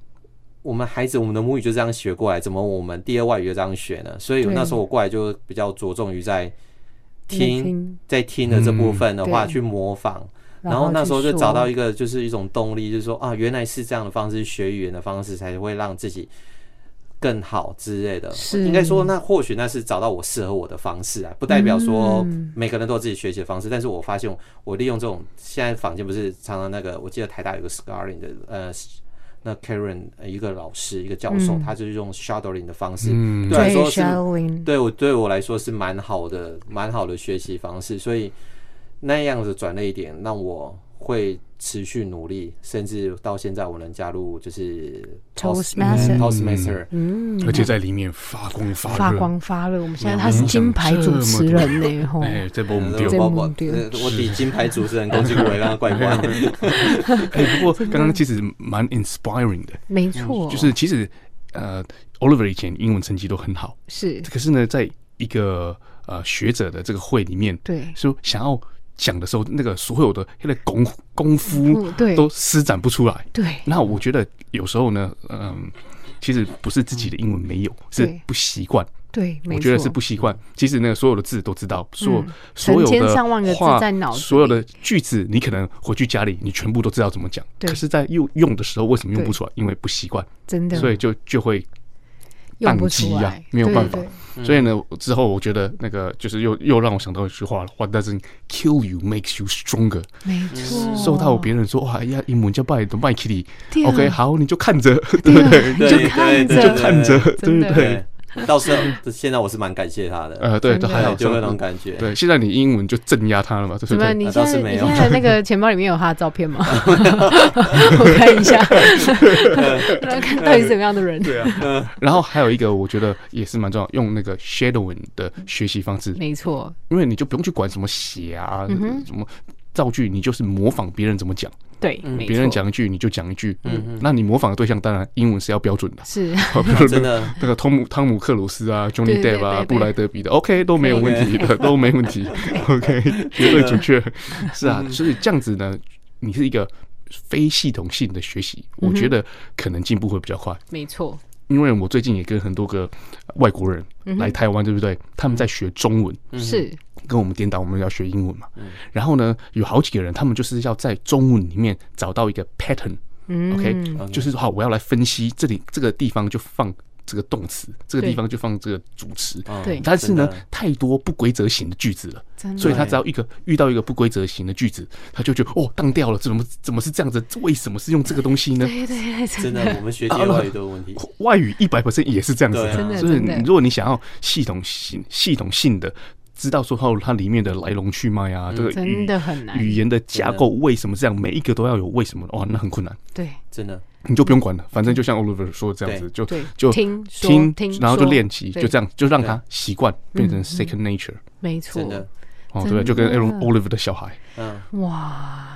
Speaker 9: 我们孩子我们的母语就这样学过来，怎么我们第二外语就这样学呢？所以
Speaker 7: 对
Speaker 9: 那时候我过来就比较着重于在
Speaker 7: 聆
Speaker 9: 听，在听的这部分的话、
Speaker 7: 嗯对
Speaker 9: 去模仿。
Speaker 7: 然
Speaker 9: 然后
Speaker 7: 后
Speaker 9: 那
Speaker 7: 去
Speaker 9: 时候就
Speaker 7: 说
Speaker 9: 找到一个，就是一种动力，就是说啊，原来是这样的方式学语言的方式，才会让自己更好之类的。
Speaker 7: 是
Speaker 9: 应该说，那或许那是找到我适合我的方式啊，不代表说
Speaker 7: 嗯
Speaker 9: 每个人都有自己学习的方式。但是我发现我，我利用这种现在坊间不是常常那个，我记得台大有个 scarring 的呃，那 Karen 呃一个老师一个教授，
Speaker 7: 嗯
Speaker 9: 他就是用 shadowing 的方式，
Speaker 3: 嗯
Speaker 9: 对，啊来说
Speaker 7: s
Speaker 9: 是
Speaker 7: h a l i n
Speaker 9: 对我对我来说是蛮好的，蛮好的学习方式，所以那样子转了一点，让我会持续努力，甚至到现在我能加入就是 Toast-
Speaker 7: Toastmaster
Speaker 9: 嗯 Toastmaster，
Speaker 7: 嗯，
Speaker 3: 而且在里面发光发热，
Speaker 7: 发光发热，我们现在
Speaker 3: 嗯
Speaker 7: 他是金牌主持人呢，吼，
Speaker 3: 哎，这波我们
Speaker 9: 呃
Speaker 3: 丢
Speaker 7: 这。
Speaker 9: 我我
Speaker 7: 对
Speaker 9: 呃我比金牌主持人攻击我也让他啊怪怪。
Speaker 3: 哎，不过刚刚其实蛮 inspiring 的，
Speaker 7: 没错，
Speaker 3: 就是其实呃，Oliver 以前英文成绩都很好，
Speaker 7: 是，
Speaker 3: 可是呢，在一个呃学者的这个会里面，
Speaker 7: 对，
Speaker 3: 说想要讲的时候，那个所有的那个功功夫
Speaker 7: 嗯对
Speaker 3: 都施展不出来。
Speaker 7: 对，
Speaker 3: 那我觉得有时候呢，嗯，其实不是自己的英文没有，是
Speaker 7: 对
Speaker 3: 不习惯。
Speaker 7: 对，
Speaker 3: 我
Speaker 7: 没错，
Speaker 3: 觉得是不习惯。其实那个所有的字都知道，所有
Speaker 7: 嗯
Speaker 3: 所有
Speaker 7: 成千
Speaker 3: 的
Speaker 7: 上万个字
Speaker 3: 话
Speaker 7: 在脑子里
Speaker 3: 所有的句子，你可能回去家里，你全部都知道怎么讲。
Speaker 7: 对
Speaker 3: 可是，在用用的时候，为什么用
Speaker 7: 对
Speaker 3: 不出来？因为不习惯，
Speaker 7: 真的，
Speaker 3: 所以就就会
Speaker 7: 用
Speaker 3: 宕
Speaker 7: 不
Speaker 3: 机
Speaker 7: 出
Speaker 3: 呀
Speaker 7: 来，
Speaker 3: 没有
Speaker 7: 对
Speaker 3: 办法
Speaker 7: 对
Speaker 9: 嗯
Speaker 3: 所以呢，之后我觉得那个就是又又让我想到一句话了：What doesn't kill you makes you stronger。
Speaker 7: 没错，
Speaker 3: 受到别人说哇哎呀，英文叫拜的麦 k i t
Speaker 7: 对
Speaker 3: y
Speaker 7: 啊
Speaker 3: OK，好，你就看着，
Speaker 7: 对
Speaker 3: 对不对？
Speaker 7: 啊，你就看
Speaker 9: 对对
Speaker 7: 着，
Speaker 9: 对
Speaker 3: 看着，对
Speaker 7: 真的
Speaker 3: 不对？
Speaker 9: 对，倒是现在我是蛮感谢他的，
Speaker 3: 呃，对，
Speaker 7: 真的
Speaker 3: 都还好，
Speaker 9: 就会那种感觉。
Speaker 3: 对，现在你英文就镇压他了嘛，对不
Speaker 7: 怎么样？
Speaker 3: 对？
Speaker 7: 你
Speaker 9: 啊
Speaker 7: 现
Speaker 9: 倒是
Speaker 7: 在
Speaker 9: 没
Speaker 7: 你
Speaker 9: 有
Speaker 7: 现在那个钱包里面有他的照片吗？ 我看一下， 看到底是怎么样的人。
Speaker 3: 对啊。然后还有一个，我觉得也是蛮重要，用那个 shadowing 的学习方式，
Speaker 7: 没嗯错，
Speaker 3: 因为你就不用去管什么写啊，什么造句，你就是模仿别人怎么讲，
Speaker 7: 对，
Speaker 3: 嗯
Speaker 7: 没
Speaker 3: 别人
Speaker 7: 错，
Speaker 3: 讲一句你就讲一句。嗯，那你模仿的对象当然英文是要标准的
Speaker 7: 是
Speaker 9: 真的
Speaker 3: 那个汤姆汤姆克鲁斯啊、Johnny
Speaker 7: 对对
Speaker 3: Depp 啊、
Speaker 7: 对对
Speaker 3: 布莱德比的，OK 都没有问题 的，都没问题。OK，绝对准确。是啊，
Speaker 7: 嗯
Speaker 3: 所以这样子呢，你是一个非系统性的学习，我
Speaker 7: 嗯
Speaker 3: 觉得可能进步会比较快。
Speaker 7: 没错，嗯
Speaker 3: 因为我最近也跟很多个外国人
Speaker 9: 嗯
Speaker 3: 来嗯台湾，对不对？他们在学中文，
Speaker 7: 是
Speaker 3: 跟我们颠倒，我们要学英文嘛。
Speaker 9: 嗯
Speaker 3: 然后呢，有好几个人，他们就是要在中文里面找到一个 pattern，
Speaker 7: 嗯
Speaker 3: OK，就是说好，我要来分析这里这个地方就放这个动词，这个
Speaker 7: 对
Speaker 3: 地方就放这个主词。
Speaker 9: 嗯
Speaker 7: 对
Speaker 3: 但是呢
Speaker 9: 真的，嗯
Speaker 3: 太多不规则型的句子了，
Speaker 7: 真
Speaker 3: 所以
Speaker 7: 的
Speaker 3: 他只要一个遇到一个不规则型的句子，他就觉得哦，当掉了，怎么怎么是这样子？为什么是用这个东西呢？
Speaker 7: 对对对，
Speaker 9: 真
Speaker 7: 真
Speaker 9: 的，我们学界外语都有 问题。
Speaker 3: 外语一百 percent 也是这样子
Speaker 9: 对啊真
Speaker 7: 的
Speaker 3: 所以
Speaker 7: 真的
Speaker 3: 你如果你想要系统性、系统性的知道说后它里面的来龙去脉啊，这个
Speaker 7: 真
Speaker 3: 语
Speaker 7: 的很难
Speaker 3: 语言的架构为什么这样，每一个都要有为什么，哇，那很困难。
Speaker 7: 对
Speaker 9: 真的，
Speaker 3: 你就不用管了，反正就像 Oliver 说的这样子，就
Speaker 7: 嗯对
Speaker 3: 就
Speaker 7: 听说
Speaker 3: 听
Speaker 7: 听
Speaker 3: 然后就
Speaker 7: 说
Speaker 3: 练习，
Speaker 7: 对
Speaker 3: 就这样，就让他习惯变成 second nature，
Speaker 7: 没错
Speaker 9: 真，的，
Speaker 3: 哦，对，就跟
Speaker 7: 真的
Speaker 3: Ol- Oliver 的小孩，
Speaker 9: 嗯，
Speaker 7: 哇。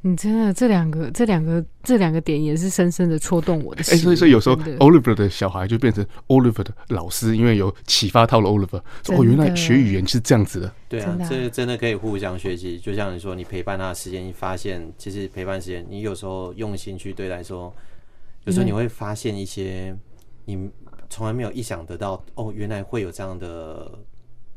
Speaker 7: 你真的这两个、这两个、这两个点也是深深的戳动我的
Speaker 3: 哎，
Speaker 7: 心。
Speaker 3: 所以所以有时候
Speaker 7: 真的
Speaker 3: Oliver 的小孩就变成 Oliver 的老师，因为有启发到了 Oliver，说哦，
Speaker 7: 真
Speaker 3: 原来
Speaker 7: 的
Speaker 3: 学语言是这样子的，
Speaker 9: 对啊
Speaker 7: 真的，啊
Speaker 9: 这个真的可以互相学习。就像你说，你陪伴他的时间，你发现其实陪伴时间，你有时候用心去对待说，
Speaker 7: 嗯
Speaker 9: 有时候你会发现一些你从来没有意想得到，哦，原来会有这样的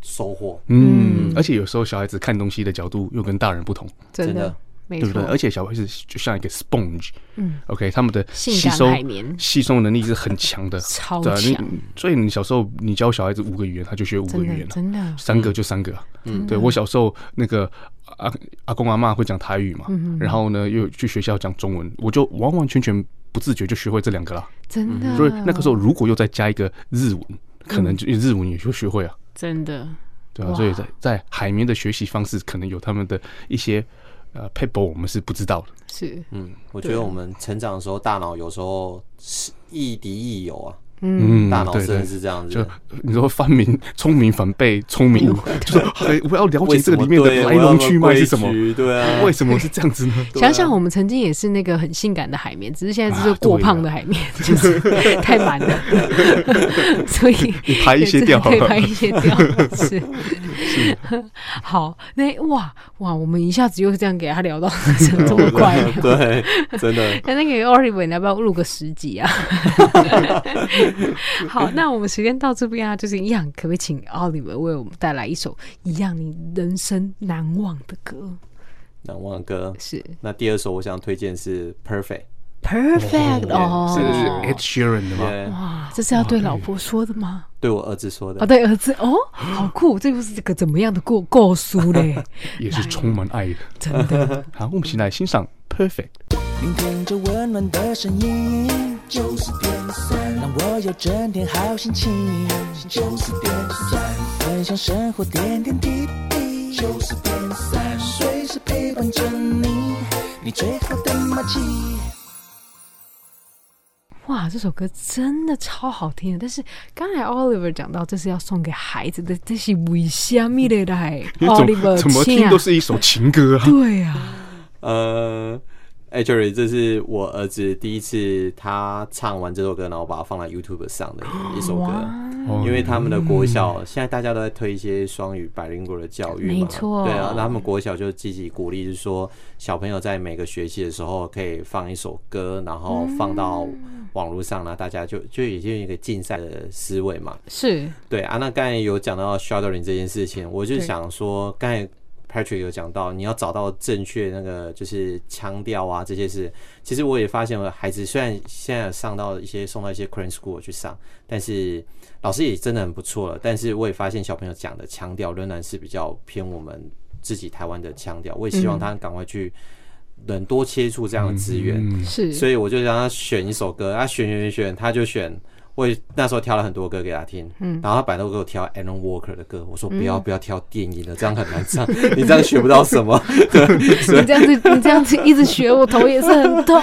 Speaker 9: 收获。
Speaker 3: 嗯，而且有时候小孩子看东西的角度又跟大人不同，
Speaker 7: 真
Speaker 9: 真
Speaker 7: 的
Speaker 9: 的
Speaker 7: 没
Speaker 3: 对不哎对？
Speaker 7: 错，
Speaker 3: 而且小孩子就像一个 sponge，嗯，OK，他们的
Speaker 7: 性
Speaker 3: 吸
Speaker 7: 感
Speaker 3: 收
Speaker 7: 海绵
Speaker 3: 吸收能力是很强的，
Speaker 7: 超
Speaker 3: 对啊你
Speaker 7: 强
Speaker 3: 所以你小时候你教小孩子五个语言，他就学五个
Speaker 7: 嗯真
Speaker 3: 语言
Speaker 7: 的
Speaker 3: 了。
Speaker 7: 真的
Speaker 3: 三个就三个、啊。嗯，对我小时候那个阿阿公阿嬷会讲台语
Speaker 7: 嗯
Speaker 3: 嘛，然后呢又去学校讲中文，我就完完全全不自觉就学会这两个啦。
Speaker 7: 真的，
Speaker 3: 嗯所以那个时候如果又再加一个日文，可能就
Speaker 7: 嗯
Speaker 3: 日文也就学会啊，
Speaker 7: 真的
Speaker 3: 对啊，
Speaker 7: 哇
Speaker 3: 所以在在海绵的学习方式，可能有他们的一些呃 p a p e 我们是不知道的。
Speaker 7: 是
Speaker 9: 嗯，我觉得我们成长的时候，大脑有时候是亦敌亦友啊，
Speaker 3: 嗯
Speaker 9: 大脑
Speaker 3: 对
Speaker 9: 真
Speaker 3: 对
Speaker 9: 的。是这样子
Speaker 3: 就
Speaker 9: 的。
Speaker 3: 你说发明聪明反被聪 明误，就说哎我要了
Speaker 9: 啊为
Speaker 3: 解这
Speaker 9: 什么
Speaker 3: 个里面的
Speaker 9: 对
Speaker 3: 来龙去脉是什
Speaker 9: 我
Speaker 3: 么
Speaker 9: 要，有规矩对啊，
Speaker 3: 为什么是这样子 呢？
Speaker 7: 想想我们曾经也是那个很性感的海绵，只是现在是
Speaker 3: 啊
Speaker 7: 就过
Speaker 3: 对啊
Speaker 7: 胖的海绵， 就是太满 了，所以
Speaker 3: 你排一些掉好
Speaker 7: 对，
Speaker 3: 了
Speaker 7: 排一些 掉是。好，那哇哇，我们一下子又这样给他聊到这么快。
Speaker 9: 啊
Speaker 7: 哎
Speaker 9: 对，真的，
Speaker 7: 那那个 Oliver，你要不要录个十集啊？ 好，那我们时间到这边啊，就是一样，可不可以请 Oliver 为我们带来一首一样你人生难忘的歌？
Speaker 9: 难忘歌。
Speaker 7: 是
Speaker 9: 那第二首我想推荐是《Perfect
Speaker 7: Perfect 哦，
Speaker 3: 是 Ed Sheeran 的》，吗？
Speaker 9: 对，
Speaker 7: 哇，啊这是要对老婆说的吗？
Speaker 9: 对我儿子说
Speaker 7: 哦，
Speaker 9: 的。
Speaker 7: 对儿子哦，好酷，这又是个怎么样的故故事嘞？
Speaker 3: 也是充满爱的。
Speaker 7: 真的，
Speaker 3: 好，我们一起来欣赏 Perfect。
Speaker 8: 聆听着温暖的声音，九四点三，让我有整天好心情。九四点三，分享生活点点滴滴。九四点三，随时陪伴着你，你最好的默契。
Speaker 7: 哇，这首歌真的超好听的。但是刚才 Oliver 讲到，这是要送给孩子的，这是为什么的嘞
Speaker 3: 因为
Speaker 7: ？Oliver，
Speaker 3: 怎怎么
Speaker 7: 请
Speaker 3: 听
Speaker 7: 啊
Speaker 3: 都是一首情歌啊。
Speaker 7: 对啊，
Speaker 9: 呃，actually，这是我儿子第一次他唱完这首歌，然后把它放在 YouTube 上 的一首歌。
Speaker 3: 哦
Speaker 9: 啊因为他们的国小现在大家都在推一些双语百灵国的教育嘛，
Speaker 7: 没错
Speaker 9: 对啊，那他们国小就积极鼓励，就是说小朋友在每个学期的时候可以放一首歌，然后放到
Speaker 7: 嗯
Speaker 9: 网络上呢，大家就就已经有一个竞赛的思维嘛。
Speaker 7: 是
Speaker 9: 对啊，那刚才有讲到 shadowing 这件事情，我就
Speaker 7: 对
Speaker 9: 想说，刚才 Patrick 有讲到，你要找到正确那个就是腔调啊这些事。其实我也发现了，孩子虽然现在有上到一些送到一些 c r a n school 去上，但是老师也真的很不错了。但是我也发现小朋友讲的腔调仍然是比较偏我们自己台湾的腔调。我也希望他赶快去能多接触这样的资源。
Speaker 3: 嗯，
Speaker 7: 是，
Speaker 9: 所以我就让他选一首歌，他选选选选，他就选我也那时候挑了很多歌给他听，嗯，然后他反头给我挑 Alan Walker 的歌，我说不要不要挑电音的，这样很难唱， 你这样学不到什么。
Speaker 7: 你这样子，你这样子一直学，我头也是很痛。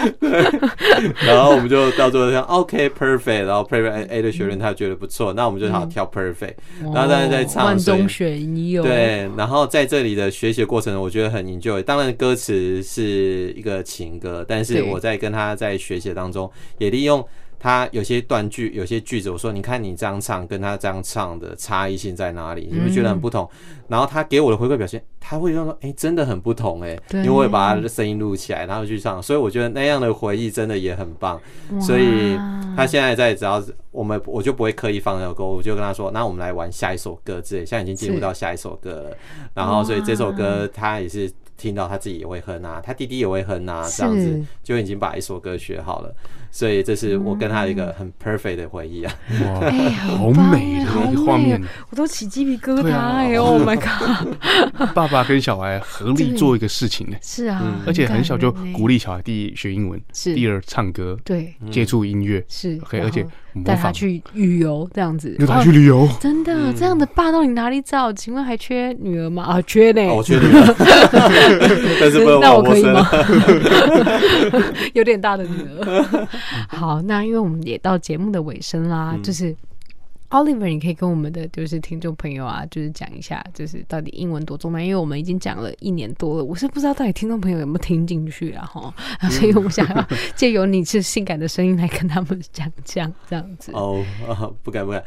Speaker 9: 然后我们就到最后像 OK perfect，然后 perfect A 的学员他觉得不错，那我们就好挑 perfect，
Speaker 7: 嗯
Speaker 9: 然后大家在唱，
Speaker 7: 万
Speaker 9: 所以
Speaker 7: 中选一哦。，
Speaker 9: 对，然后在这里的学习的过程，我觉得很 enjoy。当然，歌词是一个情歌，但是
Speaker 7: 对
Speaker 9: 我在跟他在学习的当中，也利用他有些断句、有些句子，我说你看你这样唱跟他这样唱的差异性在哪里？
Speaker 7: 嗯
Speaker 9: 你会觉得很不同。然后他给我的回馈表现，他会说：“哎、真的很不同哎、
Speaker 7: 对
Speaker 9: 因为我也把他的声音录起来，然后去唱。所以我觉得那样的回忆真的也很棒。所以他现在在只要是我们，我就不会刻意放那首歌，我就跟他说，那我们来玩下一首歌之类，现在已经进入
Speaker 7: 是
Speaker 9: 到下一首歌了。然后所以这首歌他也是听到他自己也会哼啊，他弟弟也会哼啊，这样子
Speaker 7: 是
Speaker 9: 就已经把一首歌学好了。所以这是我跟他一个很 perfect 的回忆啊。
Speaker 3: 嗯哇，
Speaker 7: 哎，
Speaker 3: 好
Speaker 7: 棒
Speaker 3: 美
Speaker 7: 哎
Speaker 3: 的
Speaker 7: 好
Speaker 9: 啊
Speaker 3: 一个画
Speaker 7: 美哦
Speaker 3: 面，
Speaker 7: 我都起鸡皮疙瘩
Speaker 3: 对啊
Speaker 7: 哎！Oh my god！
Speaker 3: 爸爸跟小孩 合力
Speaker 7: 对
Speaker 3: 做一个事情呢，
Speaker 7: 是
Speaker 9: 嗯
Speaker 7: 啊，
Speaker 3: 而且很小就
Speaker 7: 感人哎
Speaker 3: 鼓励小孩第一学英文，
Speaker 7: 是
Speaker 3: 第二唱歌，
Speaker 7: 对
Speaker 3: 接触音乐
Speaker 7: 是
Speaker 3: ，OK，
Speaker 7: 然后
Speaker 3: 而且模
Speaker 7: 带他
Speaker 3: 仿，
Speaker 7: 去旅游这样子，
Speaker 3: 带他
Speaker 7: 哦
Speaker 3: 去旅嗯游，
Speaker 7: 真的这样的爸到底哪里找？请问还缺女儿吗？啊，缺嘞。
Speaker 9: 哦，我确 定了， 但是不能
Speaker 7: 那我
Speaker 9: 往
Speaker 7: 可以
Speaker 9: 身
Speaker 7: 吗？ 有点大的女儿。 好，那因为我们也到节目的尾声啦，
Speaker 9: 嗯
Speaker 7: 就是 Oliver，你可以跟我们的就是听众朋友啊，就是讲一下，就是到底英文多重要？因为我们已经讲了一年多了，我是不知道到底听众朋友有没有听进去啊， 哈，所以我们想要借由你这性感的声音来跟他们讲讲这样子。
Speaker 9: 哦， 啊不敢不敢。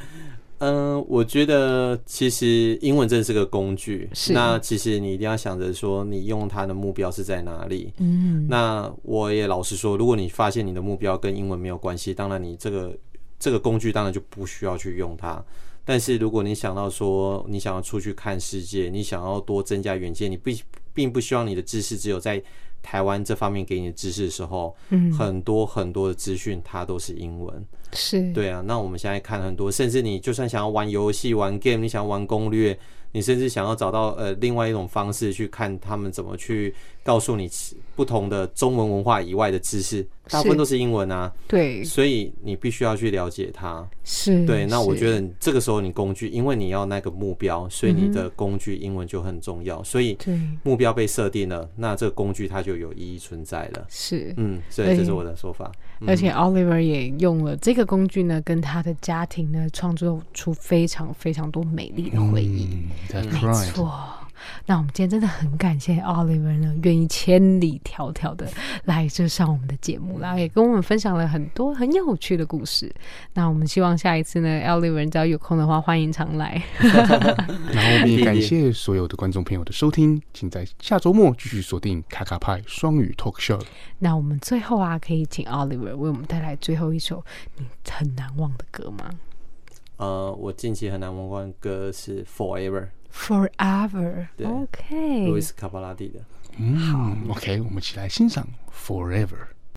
Speaker 9: 嗯，我觉得其实英文真的是个工具。
Speaker 7: 是
Speaker 9: 那其实你一定要想着说，你用它的目标是在哪里。
Speaker 7: 嗯，
Speaker 9: 那我也老实说，如果你发现你的目标跟英文没有关系，当然你这个这个工具当然就不需要去用它。但是如果你想到说，你想要出去看世界，你想要多增加眼界，你不并不希望你的知识只有在台湾这方面给你的知识的时候，
Speaker 7: 嗯
Speaker 9: 很多很多的资讯它都是英文。
Speaker 7: 是，
Speaker 9: 对啊，那我们现在看很多，甚至你就算想要玩游戏、玩 game，你想要玩攻略，你甚至想要找到呃另外一种方式去看他们怎么去告诉你其不同的中文文化以外的知识，大部分
Speaker 7: 是嗯
Speaker 9: 都是英文啊，
Speaker 7: 对，
Speaker 9: 所以你必须要去了解它。
Speaker 7: 是，
Speaker 9: 对，那我
Speaker 7: 嗯是
Speaker 9: 觉得你这个时候你工具，因为你要那个目标，所以
Speaker 7: 嗯
Speaker 9: 你的工具英文就很重要，所以
Speaker 7: 对
Speaker 9: 目标被设定了，那这个工具它就有意义存在了。
Speaker 7: 是，
Speaker 9: 嗯，所以这是我的说法。
Speaker 7: 而且 Oliver 也用了这个工具呢，跟他的家庭呢，创作出非常非常多美丽的回忆。
Speaker 3: 嗯，That's
Speaker 7: 没
Speaker 3: right，
Speaker 7: 错，那我们今天真的很感谢 Oliver 呢，愿意千里迢迢的来这上我们的节目，然后也跟我们分享了很多很有趣的故事。那我们希望下一次呢，Oliver 只要有空的话，欢迎常来。
Speaker 3: 然后我们
Speaker 9: 弟弟
Speaker 3: 也感谢所有的观众朋友的收听，请在下周末继续锁定卡卡派双语 talk show。
Speaker 7: 那我们最后啊，可以请 Oliver 为我们带来最后一首你很难忘的歌吗
Speaker 9: 呃，我近期很难忘忘的歌是 Forever。
Speaker 7: ？Forever，OK。
Speaker 9: 对
Speaker 7: OK
Speaker 9: 路易斯卡巴拉蒂的。
Speaker 3: 嗯，OK，我们一起来欣赏 Forever。